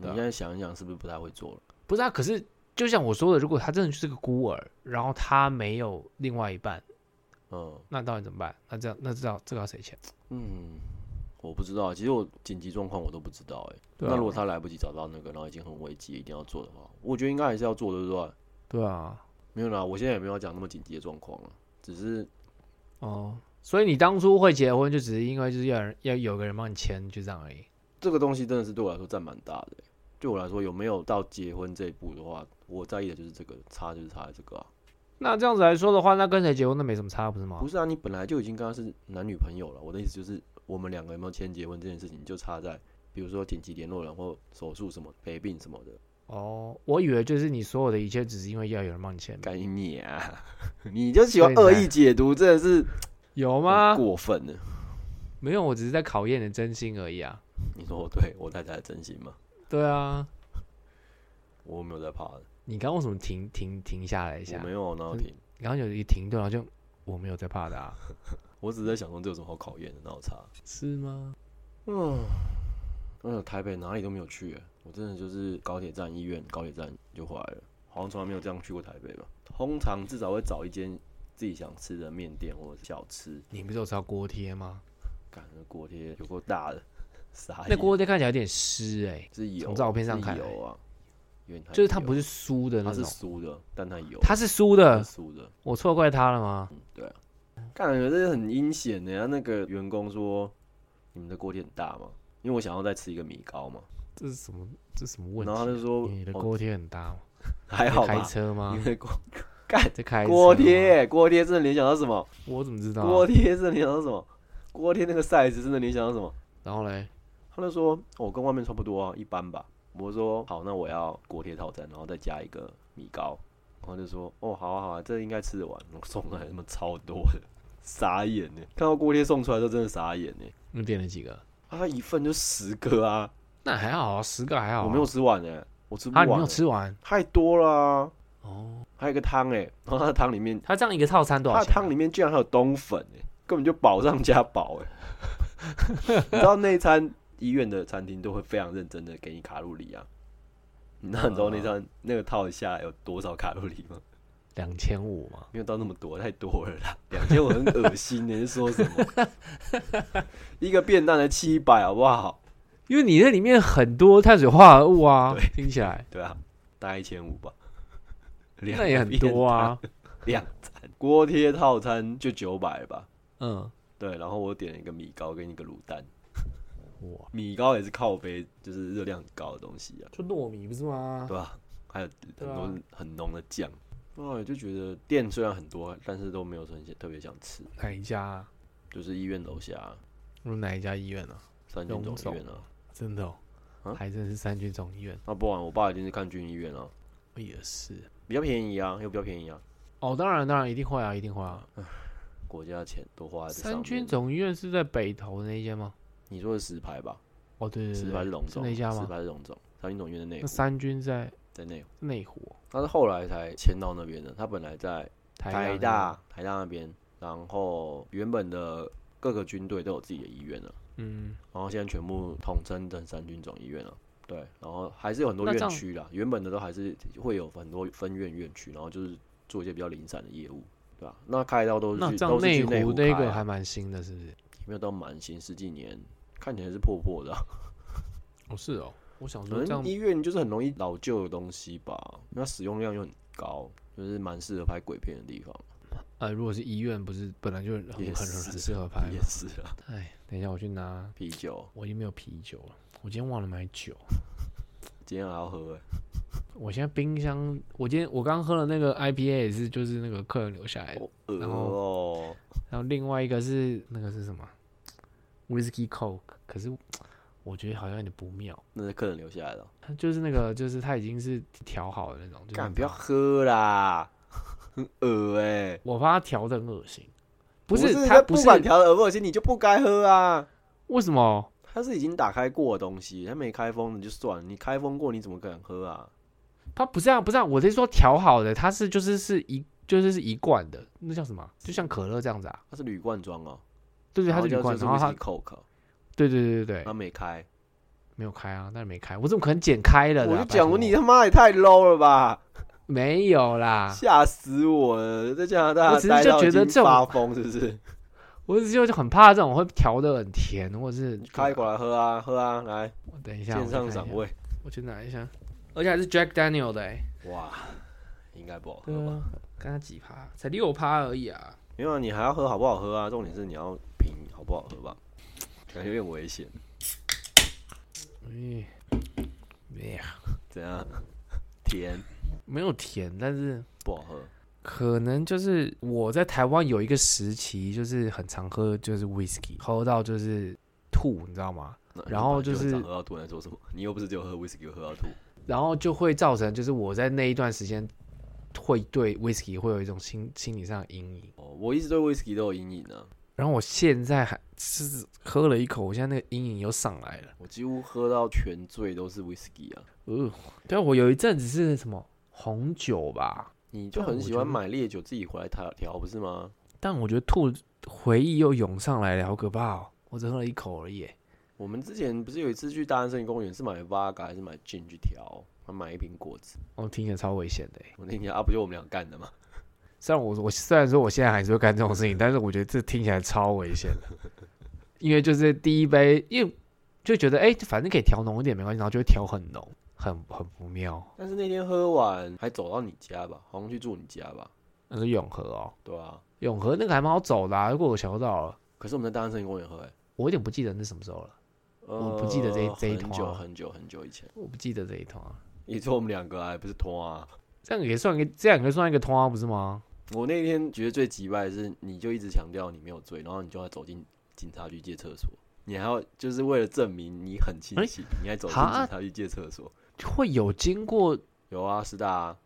Speaker 1: 对？你
Speaker 2: 对啊
Speaker 1: 现在想一想，是不是不太会做了？
Speaker 2: 不是啊。可是就像我说的，如果他真的就是个孤儿，然后他没有另外一半，
Speaker 1: 嗯
Speaker 2: 那到底怎么办？那这样那知道这个要谁签？
Speaker 1: 嗯，我不知道，啊其实我紧急状况我都不知道、欸，
Speaker 2: 对啊
Speaker 1: 那如果他来不及找到那个，然后已经很危急，一定要做的话，我觉得应该还是要做，对不对？
Speaker 2: 对啊，
Speaker 1: 没有啦，我现在也没有讲那么紧急的状况了，只是
Speaker 2: 哦，所以你当初会结婚，就只是因为就是要有人要有个人帮你签，就这样而已。
Speaker 1: 这个东西真的是对我来说占蛮大的、欸对我来说，有没有到结婚这一步的话，我在意的就是这个，差就是差在这个啊。
Speaker 2: 那这样子来说的话，那跟谁结婚那没什么差，不是吗
Speaker 1: 不？是啊，你本来就已经跟他是男女朋友了。我的意思就是，我们两个有没有签结婚这件事情，就差在比如说紧急联络人或手术什么、陪病什么的。
Speaker 2: 哦，我以为就是你所有的一切，只是因为要有人帮你签，
Speaker 1: 该你啊！ 你就喜欢恶意解读，真的是
Speaker 2: 有
Speaker 1: 很
Speaker 2: 吗？
Speaker 1: 过分了。
Speaker 2: 没有，我只是在考验你的真心而已啊。
Speaker 1: 你说我对我太太的真心吗？
Speaker 2: 对啊，
Speaker 1: 我没有在怕的，
Speaker 2: 你刚刚为什么停停停下来一下
Speaker 1: 我？没有然后停，
Speaker 2: 你刚刚有一停顿，然后就我没有在怕的啊，
Speaker 1: 我只是在想说这有什么好考验的，哪有差？
Speaker 2: 是吗？
Speaker 1: 嗯，嗯，台北哪里都没有去耶，我真的就是高铁站、医院、高铁站就回来了，好像从来没有这样去过台北吧。通常至少会找一间自己想吃的面店或者是小吃，
Speaker 2: 你不是有吃到锅贴吗？
Speaker 1: 感觉锅贴有够大的，傻眼。
Speaker 2: 那锅贴看起来有点湿哎、
Speaker 1: 是油，
Speaker 2: 从照片上看
Speaker 1: 是油啊，有点太
Speaker 2: 就是它
Speaker 1: 油
Speaker 2: 不是酥的
Speaker 1: 它
Speaker 2: 那
Speaker 1: 是
Speaker 2: 种，
Speaker 1: 酥的，但它油，
Speaker 2: 它是酥
Speaker 1: 它
Speaker 2: 的，
Speaker 1: 是酥的，
Speaker 2: 我错怪它了吗？
Speaker 1: 对啊。感觉这是很阴险的呀。那个员工说：“你们的锅贴很大吗？”因为我想要再吃一个米糕嘛。
Speaker 2: 这是什么？这是什么问题
Speaker 1: 然后
Speaker 2: 啊、
Speaker 1: 他就说：“
Speaker 2: 你的
Speaker 1: 哦
Speaker 2: 锅贴很大吗？
Speaker 1: 还
Speaker 2: 在
Speaker 1: 好
Speaker 2: 开
Speaker 1: 吧？
Speaker 2: 车吗
Speaker 1: 你？的锅
Speaker 2: 在开车
Speaker 1: 锅
Speaker 2: 吗，
Speaker 1: 贴，锅贴真的联想到什么？
Speaker 2: 我怎么知道啊、
Speaker 1: 锅贴真的联想到什么？锅贴那个 size 真的联想到什么？
Speaker 2: 然后嘞，
Speaker 1: 他就说：“我、跟外面差不多啊，一般吧。”我说：“好，那我要锅贴套餐，然后再加一个米糕。”然后就说：“哦，好啊，好啊，这应该吃得完。”我送来他妈超多的， 傻眼呢！看到锅贴送出来的时候真的傻眼呢。
Speaker 2: 你点了几个？
Speaker 1: 啊，他一份就十个啊，
Speaker 2: 那还好啊，十个还好啊、
Speaker 1: 我没有吃完呢，我吃不
Speaker 2: 啊，
Speaker 1: 完
Speaker 2: 你
Speaker 1: 欸、
Speaker 2: 没有吃完
Speaker 1: 太多了啊、
Speaker 2: 哦。
Speaker 1: 还有一个汤哎，然后他的汤里面，
Speaker 2: 它这样一个套餐多
Speaker 1: 他
Speaker 2: 少
Speaker 1: 的
Speaker 2: 钱、啊
Speaker 1: 汤里面居然还有冬粉哎，根本就宝上加宝哎。 你知道那一餐医院的餐厅都会非常认真的给你卡路里啊，你知道你知道那
Speaker 2: 哦
Speaker 1: 餐那个套下来有多少卡路里吗？
Speaker 2: 两千五嘛。
Speaker 1: 没有到那么多，太多了啦，两千我很恶心，欸你是说什么？ 一个便当才七百好不好？
Speaker 2: 因为你那里面很多碳水化合物啊，听起来
Speaker 1: 对啊，大概一千五吧，两
Speaker 2: 那也很
Speaker 1: 便
Speaker 2: 多啊。
Speaker 1: 两餐锅贴套餐就九百吧。
Speaker 2: 嗯，
Speaker 1: 对，然后我点了一个米糕跟一个卤蛋，
Speaker 2: 哇，
Speaker 1: 米糕也是靠杯，就是热量很高的东西啊，
Speaker 2: 就糯米不是吗
Speaker 1: 对？吧、还有很
Speaker 2: 对啊
Speaker 1: 多很浓的酱，哦，就觉得店虽然很多，但是都没有说很想特别想吃，
Speaker 2: 哪一家、啊？
Speaker 1: 就是医院楼下
Speaker 2: 我们哪一家医院啊？
Speaker 1: 三军
Speaker 2: 荣
Speaker 1: 总医院
Speaker 2: 总
Speaker 1: 啊，
Speaker 2: 真的、哦，
Speaker 1: 啊
Speaker 2: 还真是三军总医院。
Speaker 1: 那不然我爸一定是看军医院啊，
Speaker 2: 也是。
Speaker 1: 比较便宜啊，又比较便宜啊，
Speaker 2: 哦，当然，当然，一定会啊，一定会啊。
Speaker 1: 国家的钱都啊花在这上面。
Speaker 2: 三军总医院是在北投那一间吗？
Speaker 1: 你说的石牌吧，
Speaker 2: 哦，对对对，
Speaker 1: 石牌是龙
Speaker 2: 是
Speaker 1: 总，
Speaker 2: 那一家
Speaker 1: 石
Speaker 2: 吗？
Speaker 1: 牌是龙总，三军总医院的内
Speaker 2: 那
Speaker 1: 湖，
Speaker 2: 三军在
Speaker 1: 在内湖，
Speaker 2: 内湖，
Speaker 1: 他是后来才迁到那边的，他本来在台
Speaker 2: 大
Speaker 1: 大台大那边，然后原本的各个军队都有自己的医院了，
Speaker 2: 嗯，
Speaker 1: 然后现在全部统称成三军总医院了。对，然后还是有很多
Speaker 2: 那这
Speaker 1: 院
Speaker 2: 样
Speaker 1: 区啦，原本的都还是会有很多分院院区，然后就是做一些比较零散的业务，对吧、那开刀都是
Speaker 2: 那
Speaker 1: 去
Speaker 2: 这
Speaker 1: 都
Speaker 2: 样
Speaker 1: 是去内
Speaker 2: 湖
Speaker 1: 开
Speaker 2: 那
Speaker 1: 啊
Speaker 2: 个还蛮新的，是不是？
Speaker 1: 没有到满刑十几年，看起来是破破的啊、
Speaker 2: 哦，是哦，我想
Speaker 1: 可
Speaker 2: 说这
Speaker 1: 能
Speaker 2: 样
Speaker 1: 医院就是很容易老旧的东西吧，那使用量又很高，就是蛮适合拍鬼片的地方，
Speaker 2: 呃，如果是医院，不是本来就很很
Speaker 1: 也
Speaker 2: 很
Speaker 1: 是
Speaker 2: 很适合拍
Speaker 1: 也
Speaker 2: 吗。
Speaker 1: 是啊，
Speaker 2: 哎，等一下我去拿，
Speaker 1: 啤酒
Speaker 2: 我已经没有啤酒了，我今天忘了买酒。
Speaker 1: 今天还要喝欸、
Speaker 2: 我现在冰箱，我今天我刚喝了那个 IPA 也是，就是那个客人留下来的，
Speaker 1: 好恶
Speaker 2: 然
Speaker 1: 哦、
Speaker 2: 然后另外一个是那个是什么？Whisky Coke，可是我觉得好像有点不妙。
Speaker 1: 那是客人留下来的，哦
Speaker 2: 它就是那个，就是它已经是调好的那种，就是
Speaker 1: 干不要喝啦，很恶哎、
Speaker 2: 我怕它调的很恶心，不
Speaker 1: 是
Speaker 2: 它
Speaker 1: 不
Speaker 2: 不是
Speaker 1: 管调的恶不恶心，你就不该喝啊。
Speaker 2: 为什么？
Speaker 1: 它是已经打开过的东西，它没开封的就算了，你开封过你怎么敢喝啊？
Speaker 2: 它不是啊，不是啊，我是说调好的，它是就是是一就是是一罐的，那叫什么？就像可乐这样子啊？
Speaker 1: 它是铝罐装哦，
Speaker 2: 对对，它
Speaker 1: 是
Speaker 2: 是铝罐，然
Speaker 1: 然后
Speaker 2: 后
Speaker 1: 它
Speaker 2: 它
Speaker 1: 是 Coke，
Speaker 2: 对对对对
Speaker 1: 它
Speaker 2: 对，
Speaker 1: 没开。
Speaker 2: 没有开啊，但是没开，我怎么可能剪开了啦？
Speaker 1: 我就
Speaker 2: 啊拜
Speaker 1: 讲
Speaker 2: 托
Speaker 1: 过，你他妈也太 low 了吧！
Speaker 2: 没有 啦，
Speaker 1: 吓死我了，在加拿大
Speaker 2: 啊我只是
Speaker 1: 待
Speaker 2: 就
Speaker 1: 到
Speaker 2: 觉
Speaker 1: 已
Speaker 2: 得
Speaker 1: 经
Speaker 2: 这种啊
Speaker 1: 发疯是不 是？
Speaker 2: 我只是就很怕这种会调的很甜，或者是
Speaker 1: 开一口来喝啊，喝啊，来，
Speaker 2: 我等一下，
Speaker 1: 线上
Speaker 2: 掌
Speaker 1: 赏味。
Speaker 2: 我去拿一下，而且还是 Jack Daniel 的、欸，
Speaker 1: 哇，应该不好喝
Speaker 2: 对
Speaker 1: 吧？
Speaker 2: 啊，刚刚几趴，啊才六趴而已啊。
Speaker 1: 没有啊，你还要喝好不好喝啊？重点是你要品好不好喝吧？感觉有点危险，
Speaker 2: 嗯，没有
Speaker 1: 怎样？ 甜
Speaker 2: 没有甜，但是
Speaker 1: 不好喝，
Speaker 2: 可能就是我在台湾有一个时期，就是很常喝就是 whisky，喝到就是吐，你知道吗？
Speaker 1: 那
Speaker 2: 然后就
Speaker 1: 你本来
Speaker 2: 是
Speaker 1: 很常喝到吐，能做什么？你又不是只有喝 whisky 喝到吐，
Speaker 2: 然后就会造成就是我在那一段时间会对 whisky 会有一种心心理上的阴影。
Speaker 1: 哦，我一直对 whisky 都有阴影啊，
Speaker 2: 然后我现在还是喝了一口，我现在那个阴影又上来了。
Speaker 1: 我几乎喝到全醉都是 whisky 啊。
Speaker 2: 呃，对啊，我有一阵子是什么红酒吧，
Speaker 1: 你就
Speaker 2: 但
Speaker 1: 很
Speaker 2: 我
Speaker 1: 喜
Speaker 2: 觉
Speaker 1: 欢
Speaker 2: 得
Speaker 1: 买烈酒自己回来调调，不是吗？
Speaker 2: 但我觉得吐回忆又涌上来了，好可怕哦！我只喝了一口而已耶。
Speaker 1: 我们之前不是有一次去大安森林公园，是买 Vaga 还是买 Gin 去调，还买一瓶果汁。
Speaker 2: 哦，听起来超危险的耶。
Speaker 1: 我那天啊，不就我们俩干的吗？
Speaker 2: 虽然我我虽然说我现在还是会干这种事情，但是我觉得这听起来超危险的，因为就是第一杯，因为就觉得哎、反正可以调浓一点没关系，然后就会调很浓，很很不妙。
Speaker 1: 但是那天喝完还走到你家吧，好像去住你家吧，
Speaker 2: 那是永和哦，
Speaker 1: 对啊。
Speaker 2: 永和那个还蛮好走的、啊，如果我想到了，
Speaker 1: 可是我们在大安森林公园喝、欸，
Speaker 2: 我有点不记得那什么时候了，
Speaker 1: 呃
Speaker 2: 我不记得这一这一
Speaker 1: 很
Speaker 2: 团
Speaker 1: 久
Speaker 2: 啊
Speaker 1: 很久很久以前，
Speaker 2: 我不记得这一通啊。
Speaker 1: 也就我们两个啊，还不是拖啊。
Speaker 2: 这样也算一个，这样也算一个通啊，不是吗？
Speaker 1: 我那天觉得最急败的是，你就一直强调你没有醉，然后你就要走进警察局借厕所，你还要就是为了证明你很清
Speaker 2: 哎
Speaker 1: 醒，你还走进
Speaker 2: 哈
Speaker 1: 警察局借厕所。
Speaker 2: 会有经过
Speaker 1: 有啊，师大啊，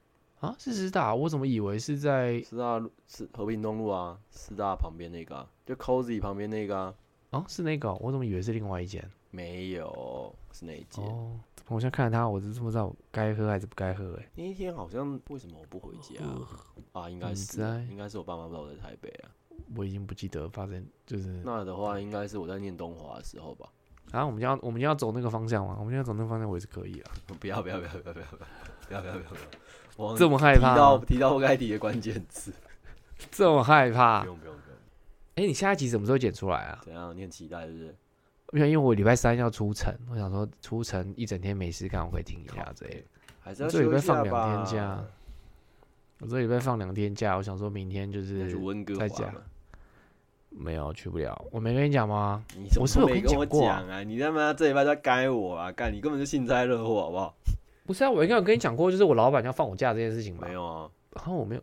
Speaker 2: 啊？是师大？我怎么以为是在
Speaker 1: 师大路是和平东路啊，师大旁边那个、啊，就 Cozy 旁边那个、啊，
Speaker 2: 啊？是那个哦？我怎么以为是另外一间？
Speaker 1: 没有，是那一间。
Speaker 2: 哦，我现在看着他，我真不知道我该喝还是不该喝、欸。
Speaker 1: 那一天好像为什么我不回家啊？啊应该
Speaker 2: 嗯
Speaker 1: 是
Speaker 2: 在
Speaker 1: 啊，应该是我爸妈不知道我在台北啊。
Speaker 2: 我已经不记得发生就是
Speaker 1: 那的话，应该是我在念东华的时候吧。
Speaker 2: 啊，我们要我们要走那个方向吗？我们要走那个方向，我也是可以啊。
Speaker 1: 不要不要不要不要不要不要不要不要不要！我好像
Speaker 2: 这么害
Speaker 1: 提
Speaker 2: 怕
Speaker 1: 到
Speaker 2: 吗，
Speaker 1: 提到不该提的关键字，
Speaker 2: 这么害怕
Speaker 1: 不。用不用不用，
Speaker 2: 哎、你下一集什么时候剪出来啊？
Speaker 1: 怎样？你很期待是不是？
Speaker 2: 因为因为我礼拜三要出城，我想说出城一整天没事干，我可以听一下之类的。
Speaker 1: 还是要
Speaker 2: 这礼
Speaker 1: 休
Speaker 2: 拜
Speaker 1: 一下
Speaker 2: 放两
Speaker 1: 吧。
Speaker 2: 天假，我这礼拜放两天假，我想说明天就
Speaker 1: 要
Speaker 2: 是
Speaker 1: 去温哥
Speaker 2: 在
Speaker 1: 华
Speaker 2: 家
Speaker 1: 嘛。
Speaker 2: 没有去不了。我没跟你讲吗？
Speaker 1: 你怎么
Speaker 2: 我是不是有
Speaker 1: 没
Speaker 2: 跟
Speaker 1: 跟
Speaker 2: 你
Speaker 1: 我
Speaker 2: 讲过啊
Speaker 1: 讲啊？你他妈这礼拜在该我啊！干，你根本就幸灾乐祸，好不好？
Speaker 2: 不是啊，我应该有跟你讲过，就是我老板要放我假这件事情吧？
Speaker 1: 没
Speaker 2: 有，
Speaker 1: 有啊，
Speaker 2: 然后我没有，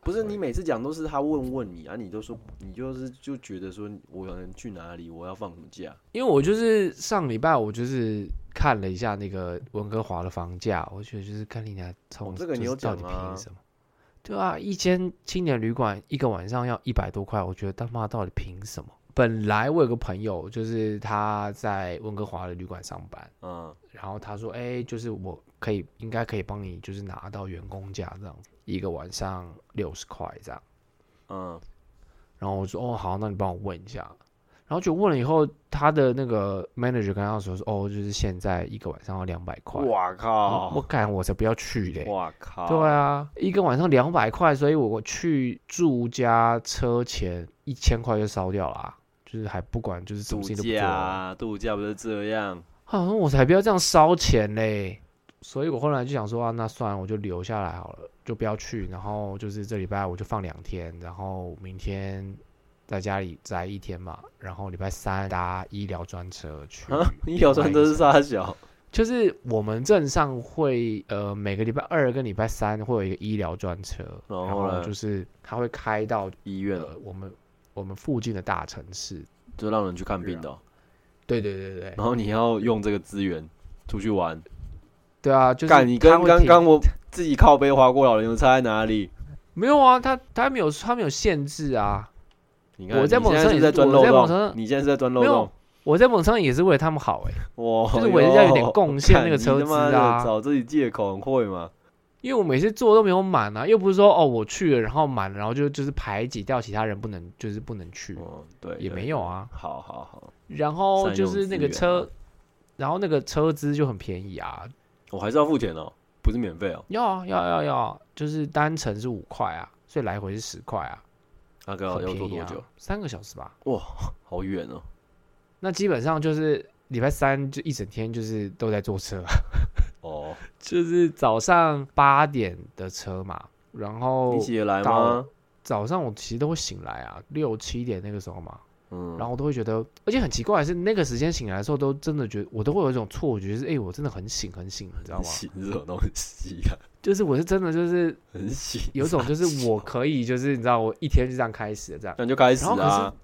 Speaker 1: 不是你每次讲都是他问问你啊，你都说你就是就觉得说我可能去哪里，我要放什么假，
Speaker 2: 因为我就是上礼拜我就是看了一下那个温哥华的房价，我觉得就是看你俩从、
Speaker 1: 哦这个你有
Speaker 2: 就是到底
Speaker 1: 讲
Speaker 2: 便
Speaker 1: 啊
Speaker 2: 宜什么？对啊，一间青年旅馆一个晚上要一百多块，我觉得他妈到底凭什么？本来我有个朋友，就是他在温哥华的旅馆上班，
Speaker 1: 嗯，
Speaker 2: 然后他说：“哎、就是我可以，应该可以帮你，就是拿到员工价这样子，一个晚上六十块这样。”
Speaker 1: 嗯，
Speaker 2: 然后我说哦好，那你帮我问一下。然后就问了以后，他的那个 manager 跟他说说哦，就是现在一个晚上要两百块。
Speaker 1: 哇
Speaker 2: 我
Speaker 1: 靠，
Speaker 2: 我感我才不要去嘞。
Speaker 1: 哇靠，
Speaker 2: 对，啊，一个晚上两百块，所以我我去住加车钱一千块就烧掉了、啊，就是还不管就是什
Speaker 1: 度
Speaker 2: 么事情都不做
Speaker 1: 假
Speaker 2: 啊。
Speaker 1: 啊度假不是这样，
Speaker 2: 好、啊，我才不要这样烧钱嘞。所以我后来就想说啊，那算了，我就留下来好了，就不要去。然后就是这礼拜我就放两天，然后明天在家里宅一天嘛，然后礼拜三搭医疗专车去。
Speaker 1: 啊，你 有穿真是傻小，
Speaker 2: 就是我们镇上会呃每个礼拜二跟礼拜三会有一个医疗专车，
Speaker 1: 然
Speaker 2: 然
Speaker 1: 哦后
Speaker 2: 后
Speaker 1: 嘞
Speaker 2: 就是它会开到
Speaker 1: 医院
Speaker 2: 呃我们我们附近的大城市。
Speaker 1: 就让人去看
Speaker 2: 啊
Speaker 1: 病的哦，
Speaker 2: 对对对对
Speaker 1: 然后你要用这个资源出去玩，
Speaker 2: 对啊，就是
Speaker 1: 干，你
Speaker 2: 它
Speaker 1: 跟
Speaker 2: 会
Speaker 1: 刚
Speaker 2: 停
Speaker 1: 刚我自己靠背划过老人有差在哪里？
Speaker 2: 没有啊，他他没有他没有限制啊。
Speaker 1: 你看，
Speaker 2: 我在
Speaker 1: 你
Speaker 2: 某
Speaker 1: 现在
Speaker 2: 程度
Speaker 1: 是
Speaker 2: 也
Speaker 1: 在
Speaker 2: 是
Speaker 1: 钻
Speaker 2: 我
Speaker 1: 漏
Speaker 2: 在某程
Speaker 1: 洞
Speaker 2: 度，
Speaker 1: 你现在是在钻漏
Speaker 2: 没有
Speaker 1: 洞。
Speaker 2: 我在某上也是为了他们好哎、
Speaker 1: 哇，
Speaker 2: 就是我也是要有点
Speaker 1: 哟
Speaker 2: 贡献那个
Speaker 1: 看你
Speaker 2: 车
Speaker 1: 他妈
Speaker 2: 资啊
Speaker 1: 的找自己借口很会嘛？
Speaker 2: 因为我每次做都没有满啊，又不是说哦我去了然后满了，然后就就是排挤掉其他人不能就是不能去，
Speaker 1: 嗯，对，
Speaker 2: 也
Speaker 1: 对
Speaker 2: 没有啊。
Speaker 1: 好好好，
Speaker 2: 然后
Speaker 1: 善
Speaker 2: 就
Speaker 1: 用
Speaker 2: 是
Speaker 1: 资
Speaker 2: 那个
Speaker 1: 源
Speaker 2: 车
Speaker 1: 啊，
Speaker 2: 然后那个车资就很便宜啊，
Speaker 1: 我还是要付钱哦，不是免费哦。
Speaker 2: 要啊要要要啊，就是单程是五块啊，所以来回是十块啊，
Speaker 1: 大概
Speaker 2: 很
Speaker 1: 要
Speaker 2: 便
Speaker 1: 坐
Speaker 2: 宜
Speaker 1: 多
Speaker 2: 啊
Speaker 1: 久？，
Speaker 2: 三个小时吧。
Speaker 1: 好远哦，
Speaker 2: 那基本上就是礼拜三就一整天就是都在 坐车，
Speaker 1: 哦，
Speaker 2: 就是早上八点的车嘛，然后
Speaker 1: 你起得来
Speaker 2: 到
Speaker 1: 吗？
Speaker 2: 早上我其实都会醒来啊，六七点那个时候嘛，
Speaker 1: 嗯，
Speaker 2: 然后我都会觉得，而且很奇怪的是那个时间醒来的时候，都真的觉得我都会有一种错觉，就是哎、我真的很醒很醒，你 知道吗？
Speaker 1: 行是什么东西啊？
Speaker 2: 就是我是真的就是
Speaker 1: 很行，
Speaker 2: 有一种就是我可以就是你知道我一天就这样开始了这样，
Speaker 1: 那你就开始
Speaker 2: 然后可是
Speaker 1: 啊。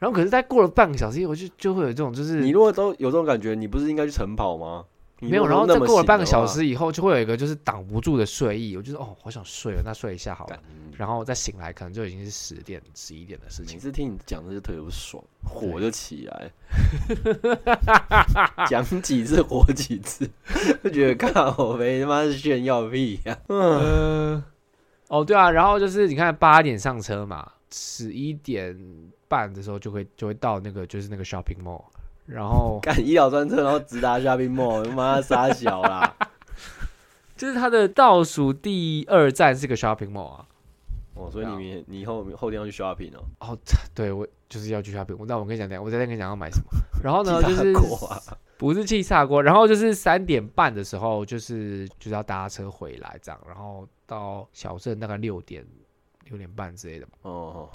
Speaker 2: 然后可是再过了半个小时以后就就会有这种就是
Speaker 1: 你如果都有这种感觉，你不是应该去晨跑吗？你
Speaker 2: 没有，
Speaker 1: 如
Speaker 2: 然
Speaker 1: 果
Speaker 2: 后
Speaker 1: 都
Speaker 2: 再
Speaker 1: 那么
Speaker 2: 过了
Speaker 1: 醒
Speaker 2: 半个
Speaker 1: 的
Speaker 2: 小
Speaker 1: 话，
Speaker 2: 时以后就会有一个就是挡不住的睡意，我就是哦好想睡了，那睡一下好了
Speaker 1: 干，
Speaker 2: 然后再醒来可能就已经是十点十一点的事
Speaker 1: 每
Speaker 2: 情。
Speaker 1: 次嗯听你讲这些特别不爽，火就起 来，讲几次火几次， 就觉得看我没他妈是炫耀屁啊呀、
Speaker 2: 嗯，哦，对啊，然后就是你看八点上车嘛，十一点半的时候就会就会到那个就是那个 shopping mall，然后
Speaker 1: 干医疗专车，然后直达 shopping mall，他妈傻小啦！
Speaker 2: 就是它的倒数第二站是个 shopping mall 啊。
Speaker 1: 哦，所以你明你以后后天要去 shopping 哦，
Speaker 2: 哦，对我就是要去 shopping，mall，那我跟你讲等一下，我再跟你讲要买什么。然 后呢，就
Speaker 1: 其他
Speaker 2: 是
Speaker 1: 国啊，
Speaker 2: 不是气炸锅，然后就是三点半的时候，就是就是要搭车回来这样，然后到小镇大概六点六点半之类的吧。
Speaker 1: 哦，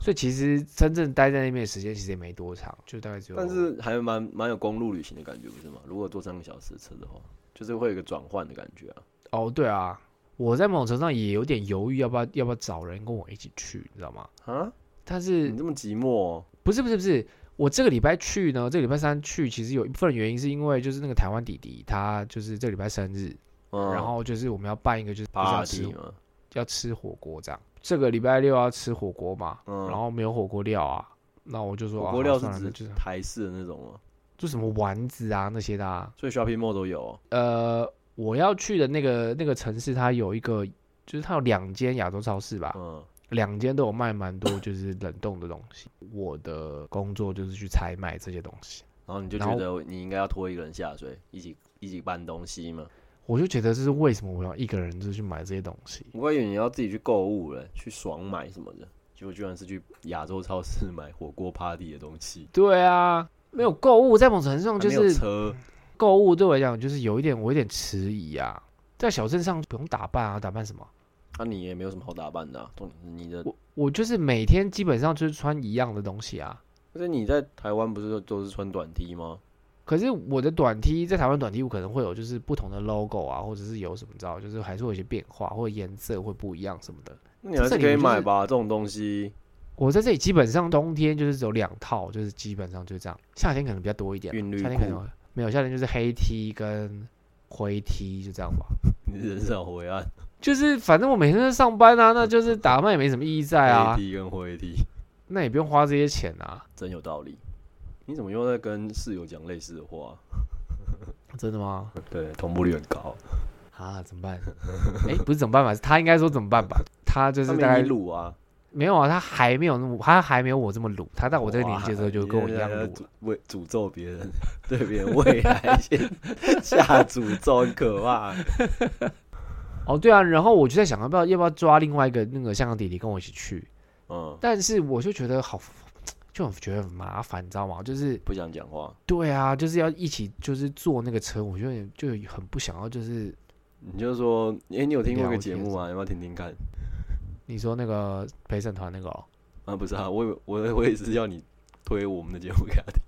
Speaker 2: 所以其实真正待在那边的时间其实也没多长，就大概只有。
Speaker 1: 但是还蛮蛮有公路旅行的感觉，不是吗？如果坐三个小时的车的话，就是会有一个转换的感觉啊。
Speaker 2: 哦，对啊，我在某种程度上也有点犹豫要不要要不要找人跟我一起去，你知道吗？
Speaker 1: 啊，
Speaker 2: 但是
Speaker 1: 你这么寂寞、哦，
Speaker 2: 不是不是不是，我这个礼拜去呢，这个礼拜三去，其实有一部分原因是因为就是那个台湾弟弟他就是这个礼拜生日，
Speaker 1: 嗯、
Speaker 2: 然后就是我们要办一个就是就是要吃
Speaker 1: party 嘛，
Speaker 2: 要吃火锅这样。这个礼拜六要吃火锅嘛，
Speaker 1: 嗯
Speaker 2: 然后没有火锅料啊，那我就说
Speaker 1: 火
Speaker 2: 啊
Speaker 1: 锅
Speaker 2: 好
Speaker 1: 料
Speaker 2: 算了，
Speaker 1: 是
Speaker 2: 那
Speaker 1: 指
Speaker 2: 就是
Speaker 1: 台式的那种吗？
Speaker 2: 就什么丸子啊那些的、啊。
Speaker 1: 所以 shopping mall 都有哦、
Speaker 2: 呃，我要去的那个那个城市，它有一个，就是它有两间亚洲超市吧，
Speaker 1: 嗯，
Speaker 2: 两间都有卖 蛮多就是冷冻的东西。我的工作就是去采买这些东西，
Speaker 1: 然后你就
Speaker 2: 然
Speaker 1: 觉
Speaker 2: 后
Speaker 1: 得你应该要拖一个人下水，一起一起搬东西嘛。
Speaker 2: 我就觉得这是为什么我要一个人就是去买这些东西。
Speaker 1: 我以为你要自己去购物了，去爽买什么的，结果居然是去亚洲超市买火锅 party 的东西。
Speaker 2: 对啊，没有购物在某种程度上就
Speaker 1: 还没有
Speaker 2: 是
Speaker 1: 车，
Speaker 2: 购物对我来讲，就是有一点我有点迟疑啊。在小镇上不用打扮啊，打扮什么？
Speaker 1: 那、你也没有什么好打扮的、啊。重点是你的，
Speaker 2: 我我就是每天基本上就是穿一样的东西啊。
Speaker 1: 可是你在台湾不是都都是穿短 T 吗？
Speaker 2: 可是我的短 T 在台湾短 T 我可能会有就是不同的 logo 啊，或者是有什么你知道，就是还是会有一些变化，或者颜色会不一样什么的。
Speaker 1: 那你还
Speaker 2: 这
Speaker 1: 是
Speaker 2: 里
Speaker 1: 可以
Speaker 2: 我就是
Speaker 1: 买吧，这种东西。
Speaker 2: 我在这里基本上冬天就是只有两套，就是基本上就是这样。夏天可能比较多一点
Speaker 1: 韵律
Speaker 2: 啦，夏天可能没有，夏天就是黑 T 跟灰 T 就这样吧。
Speaker 1: 你人生好灰暗，
Speaker 2: 就是反正我每天都在上班啊，那就是打扮也没什么意义在啊
Speaker 1: 黑，T 跟灰 T，
Speaker 2: 那也不用花这些钱啊。
Speaker 1: 真有道理。你怎么又在跟室友讲类似的话？
Speaker 2: 真的吗？
Speaker 1: 对，同步率很高。
Speaker 2: 啊，怎么 办？哎、不是怎么办吧？是他应该说怎么办吧？他就
Speaker 1: 他
Speaker 2: 是
Speaker 1: 没
Speaker 2: 大概
Speaker 1: 你卤啊，
Speaker 2: 没有啊，他还没有那么，他还没有我这么鲁。他到我这个年纪的时候，就跟我一样鲁
Speaker 1: 诅
Speaker 2: 了。
Speaker 1: 为诅咒别人，对别人未来先下诅咒，很可怕。
Speaker 2: 哦，对啊，然后我就在想，要不要要不要抓另外一个那个香港弟弟跟我一起去？
Speaker 1: 嗯，
Speaker 2: 但是我就觉得好，就很觉得很麻烦，你知道吗？就是
Speaker 1: 不想讲话，
Speaker 2: 对啊，就是要一起就是坐那个车，我就有点就很不想要。就是
Speaker 1: 你就说，哎、你有听过一个
Speaker 2: 聊
Speaker 1: 节
Speaker 2: 天
Speaker 1: 目吗？要不要听听看？
Speaker 2: 你说那个陪审团那个哦，
Speaker 1: 啊，不是啊，我以为我我也是要你推我们的节目给他听。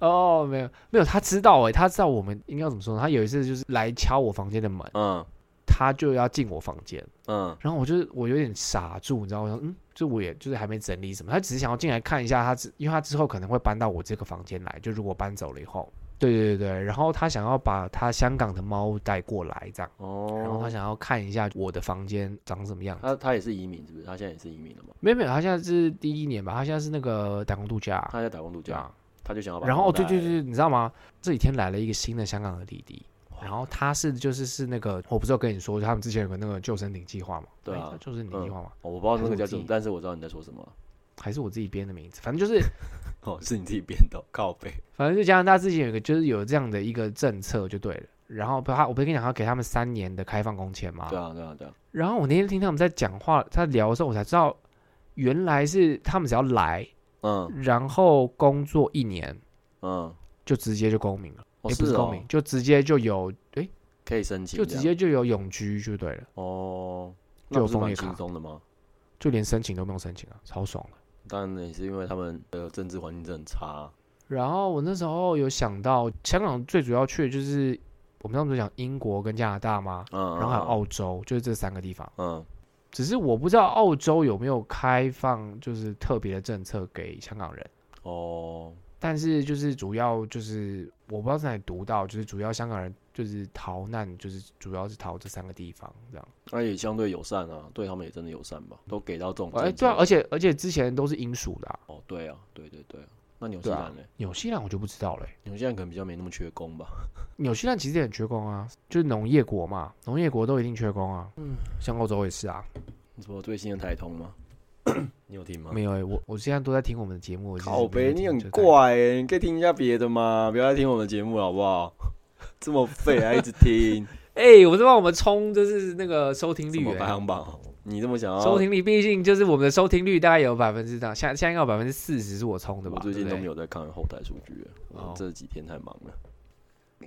Speaker 2: 哦没有没有，他知道哎、他知道我们应该要怎么说呢？他有一次就是来敲我房间的门，
Speaker 1: 嗯
Speaker 2: 他就要进我房间。
Speaker 1: 嗯，
Speaker 2: 然后我就是我有点傻住，你知道吗，我想嗯，就我也就是还没整理什么，他只是想要进来看一下他之，因为他之后可能会搬到我这个房间来，就如果搬走了以后，对对对对，然后他想要把他香港的猫带过来这样，然后他
Speaker 1: 哦，
Speaker 2: 想要看一下我的房间长什么样子，
Speaker 1: 他他也是移民，是不是？他现在也是移民了嘛？
Speaker 2: 没有没有，他现在是第一年吧，他现在是那个打工度假，
Speaker 1: 他在打工度
Speaker 2: 对
Speaker 1: 假，
Speaker 2: 啊，
Speaker 1: 他就想要把。
Speaker 2: 然后对对，对，你知道吗？这几天来了一个新的香港的弟弟，
Speaker 1: 哇
Speaker 2: 然后他是就是是那个，我不是有跟你说，他们之前有个那个救生艇计划嘛？
Speaker 1: 对啊
Speaker 2: 哎叫救生艇计划嘛，
Speaker 1: 哦我不知道那个叫什
Speaker 2: 还是我自
Speaker 1: 么
Speaker 2: 己，
Speaker 1: 但是我知道你在说什么。
Speaker 2: 还是我自己编的名字，反正就是
Speaker 1: 哦，是你自己编的哦，靠背。
Speaker 2: 反正就加拿大之前有一个就是有这样的一个政策就对了。然后他我不是跟你讲，他给他们三年的开放工钱嘛？
Speaker 1: 对啊，对啊，对啊。
Speaker 2: 然后我那天听他们在讲话，他聊的时候，我才知道原来是他们只要来，
Speaker 1: 嗯
Speaker 2: 然后工作一年
Speaker 1: 嗯，
Speaker 2: 就直接就公民了，
Speaker 1: 哦
Speaker 2: 也不
Speaker 1: 是
Speaker 2: 是公
Speaker 1: 哦
Speaker 2: 民，，就直接就有诶，
Speaker 1: 可以申请
Speaker 2: 就
Speaker 1: 这
Speaker 2: 直
Speaker 1: 样，
Speaker 2: 接就有永居就对了，
Speaker 1: 哦，
Speaker 2: 就
Speaker 1: 那
Speaker 2: 有
Speaker 1: 不是
Speaker 2: 枫
Speaker 1: 蛮
Speaker 2: 叶
Speaker 1: 轻
Speaker 2: 卡
Speaker 1: 松的吗？
Speaker 2: 就连申请都不用申请啊，超爽的。
Speaker 1: 当然也是因为他们的政治环境真的很差。
Speaker 2: 然后我那时候有想到，香港最主要去的就是我们上次讲英国跟加拿大嘛，
Speaker 1: 嗯，
Speaker 2: 然后还有
Speaker 1: 嗯，
Speaker 2: 澳洲，就是这三个地方。
Speaker 1: 嗯，
Speaker 2: 只是我不知道澳洲有没有开放，就是特别的政策给香港人。
Speaker 1: 哦，
Speaker 2: 但是就是主要就是我不知道在哪里读到，就是主要香港人就是逃难，就是主要是逃这三个地方这样。
Speaker 1: 那也相对友善啊，对他们也真的友善吧，都给到哦这种
Speaker 2: 哎、
Speaker 1: 政
Speaker 2: 对啊，
Speaker 1: 策
Speaker 2: 而且而且之前都是英属的啊、
Speaker 1: 哦，对啊，对对对啊，那纽西
Speaker 2: 对啊
Speaker 1: 兰呢？
Speaker 2: 纽西兰我就不知道嘞、欸
Speaker 1: 纽西兰可能比较没那么缺工吧。
Speaker 2: 纽西兰其实也很缺工啊，就是农业国嘛，农业国都一定缺工啊。嗯，像澳洲也是啊。
Speaker 1: 你说最新的台通吗？ 你有听吗？
Speaker 2: 没有、欸，我我现在都在听我们的节目。我其
Speaker 1: 嗯
Speaker 2: 实
Speaker 1: 靠
Speaker 2: 没
Speaker 1: 北，
Speaker 2: 有
Speaker 1: 你
Speaker 2: 听
Speaker 1: 很
Speaker 2: 这个
Speaker 1: 怪哎、你可以听一下别的嘛，不要再听我们的节目了好不好？这么废还一直 听
Speaker 2: 哎、我在帮我们冲，就是那个收听
Speaker 1: 什
Speaker 2: 率、
Speaker 1: 么
Speaker 2: 欸，
Speaker 1: 排行榜哦？你这么想要
Speaker 2: 收听率，毕竟就是我们的收听率大概有百分之这样，现在现在应该有百分之四十是我充的吧？
Speaker 1: 我最近
Speaker 2: 对不
Speaker 1: 都
Speaker 2: 对
Speaker 1: 没有在看后台数据了，
Speaker 2: 哦
Speaker 1: 我这几天太忙了。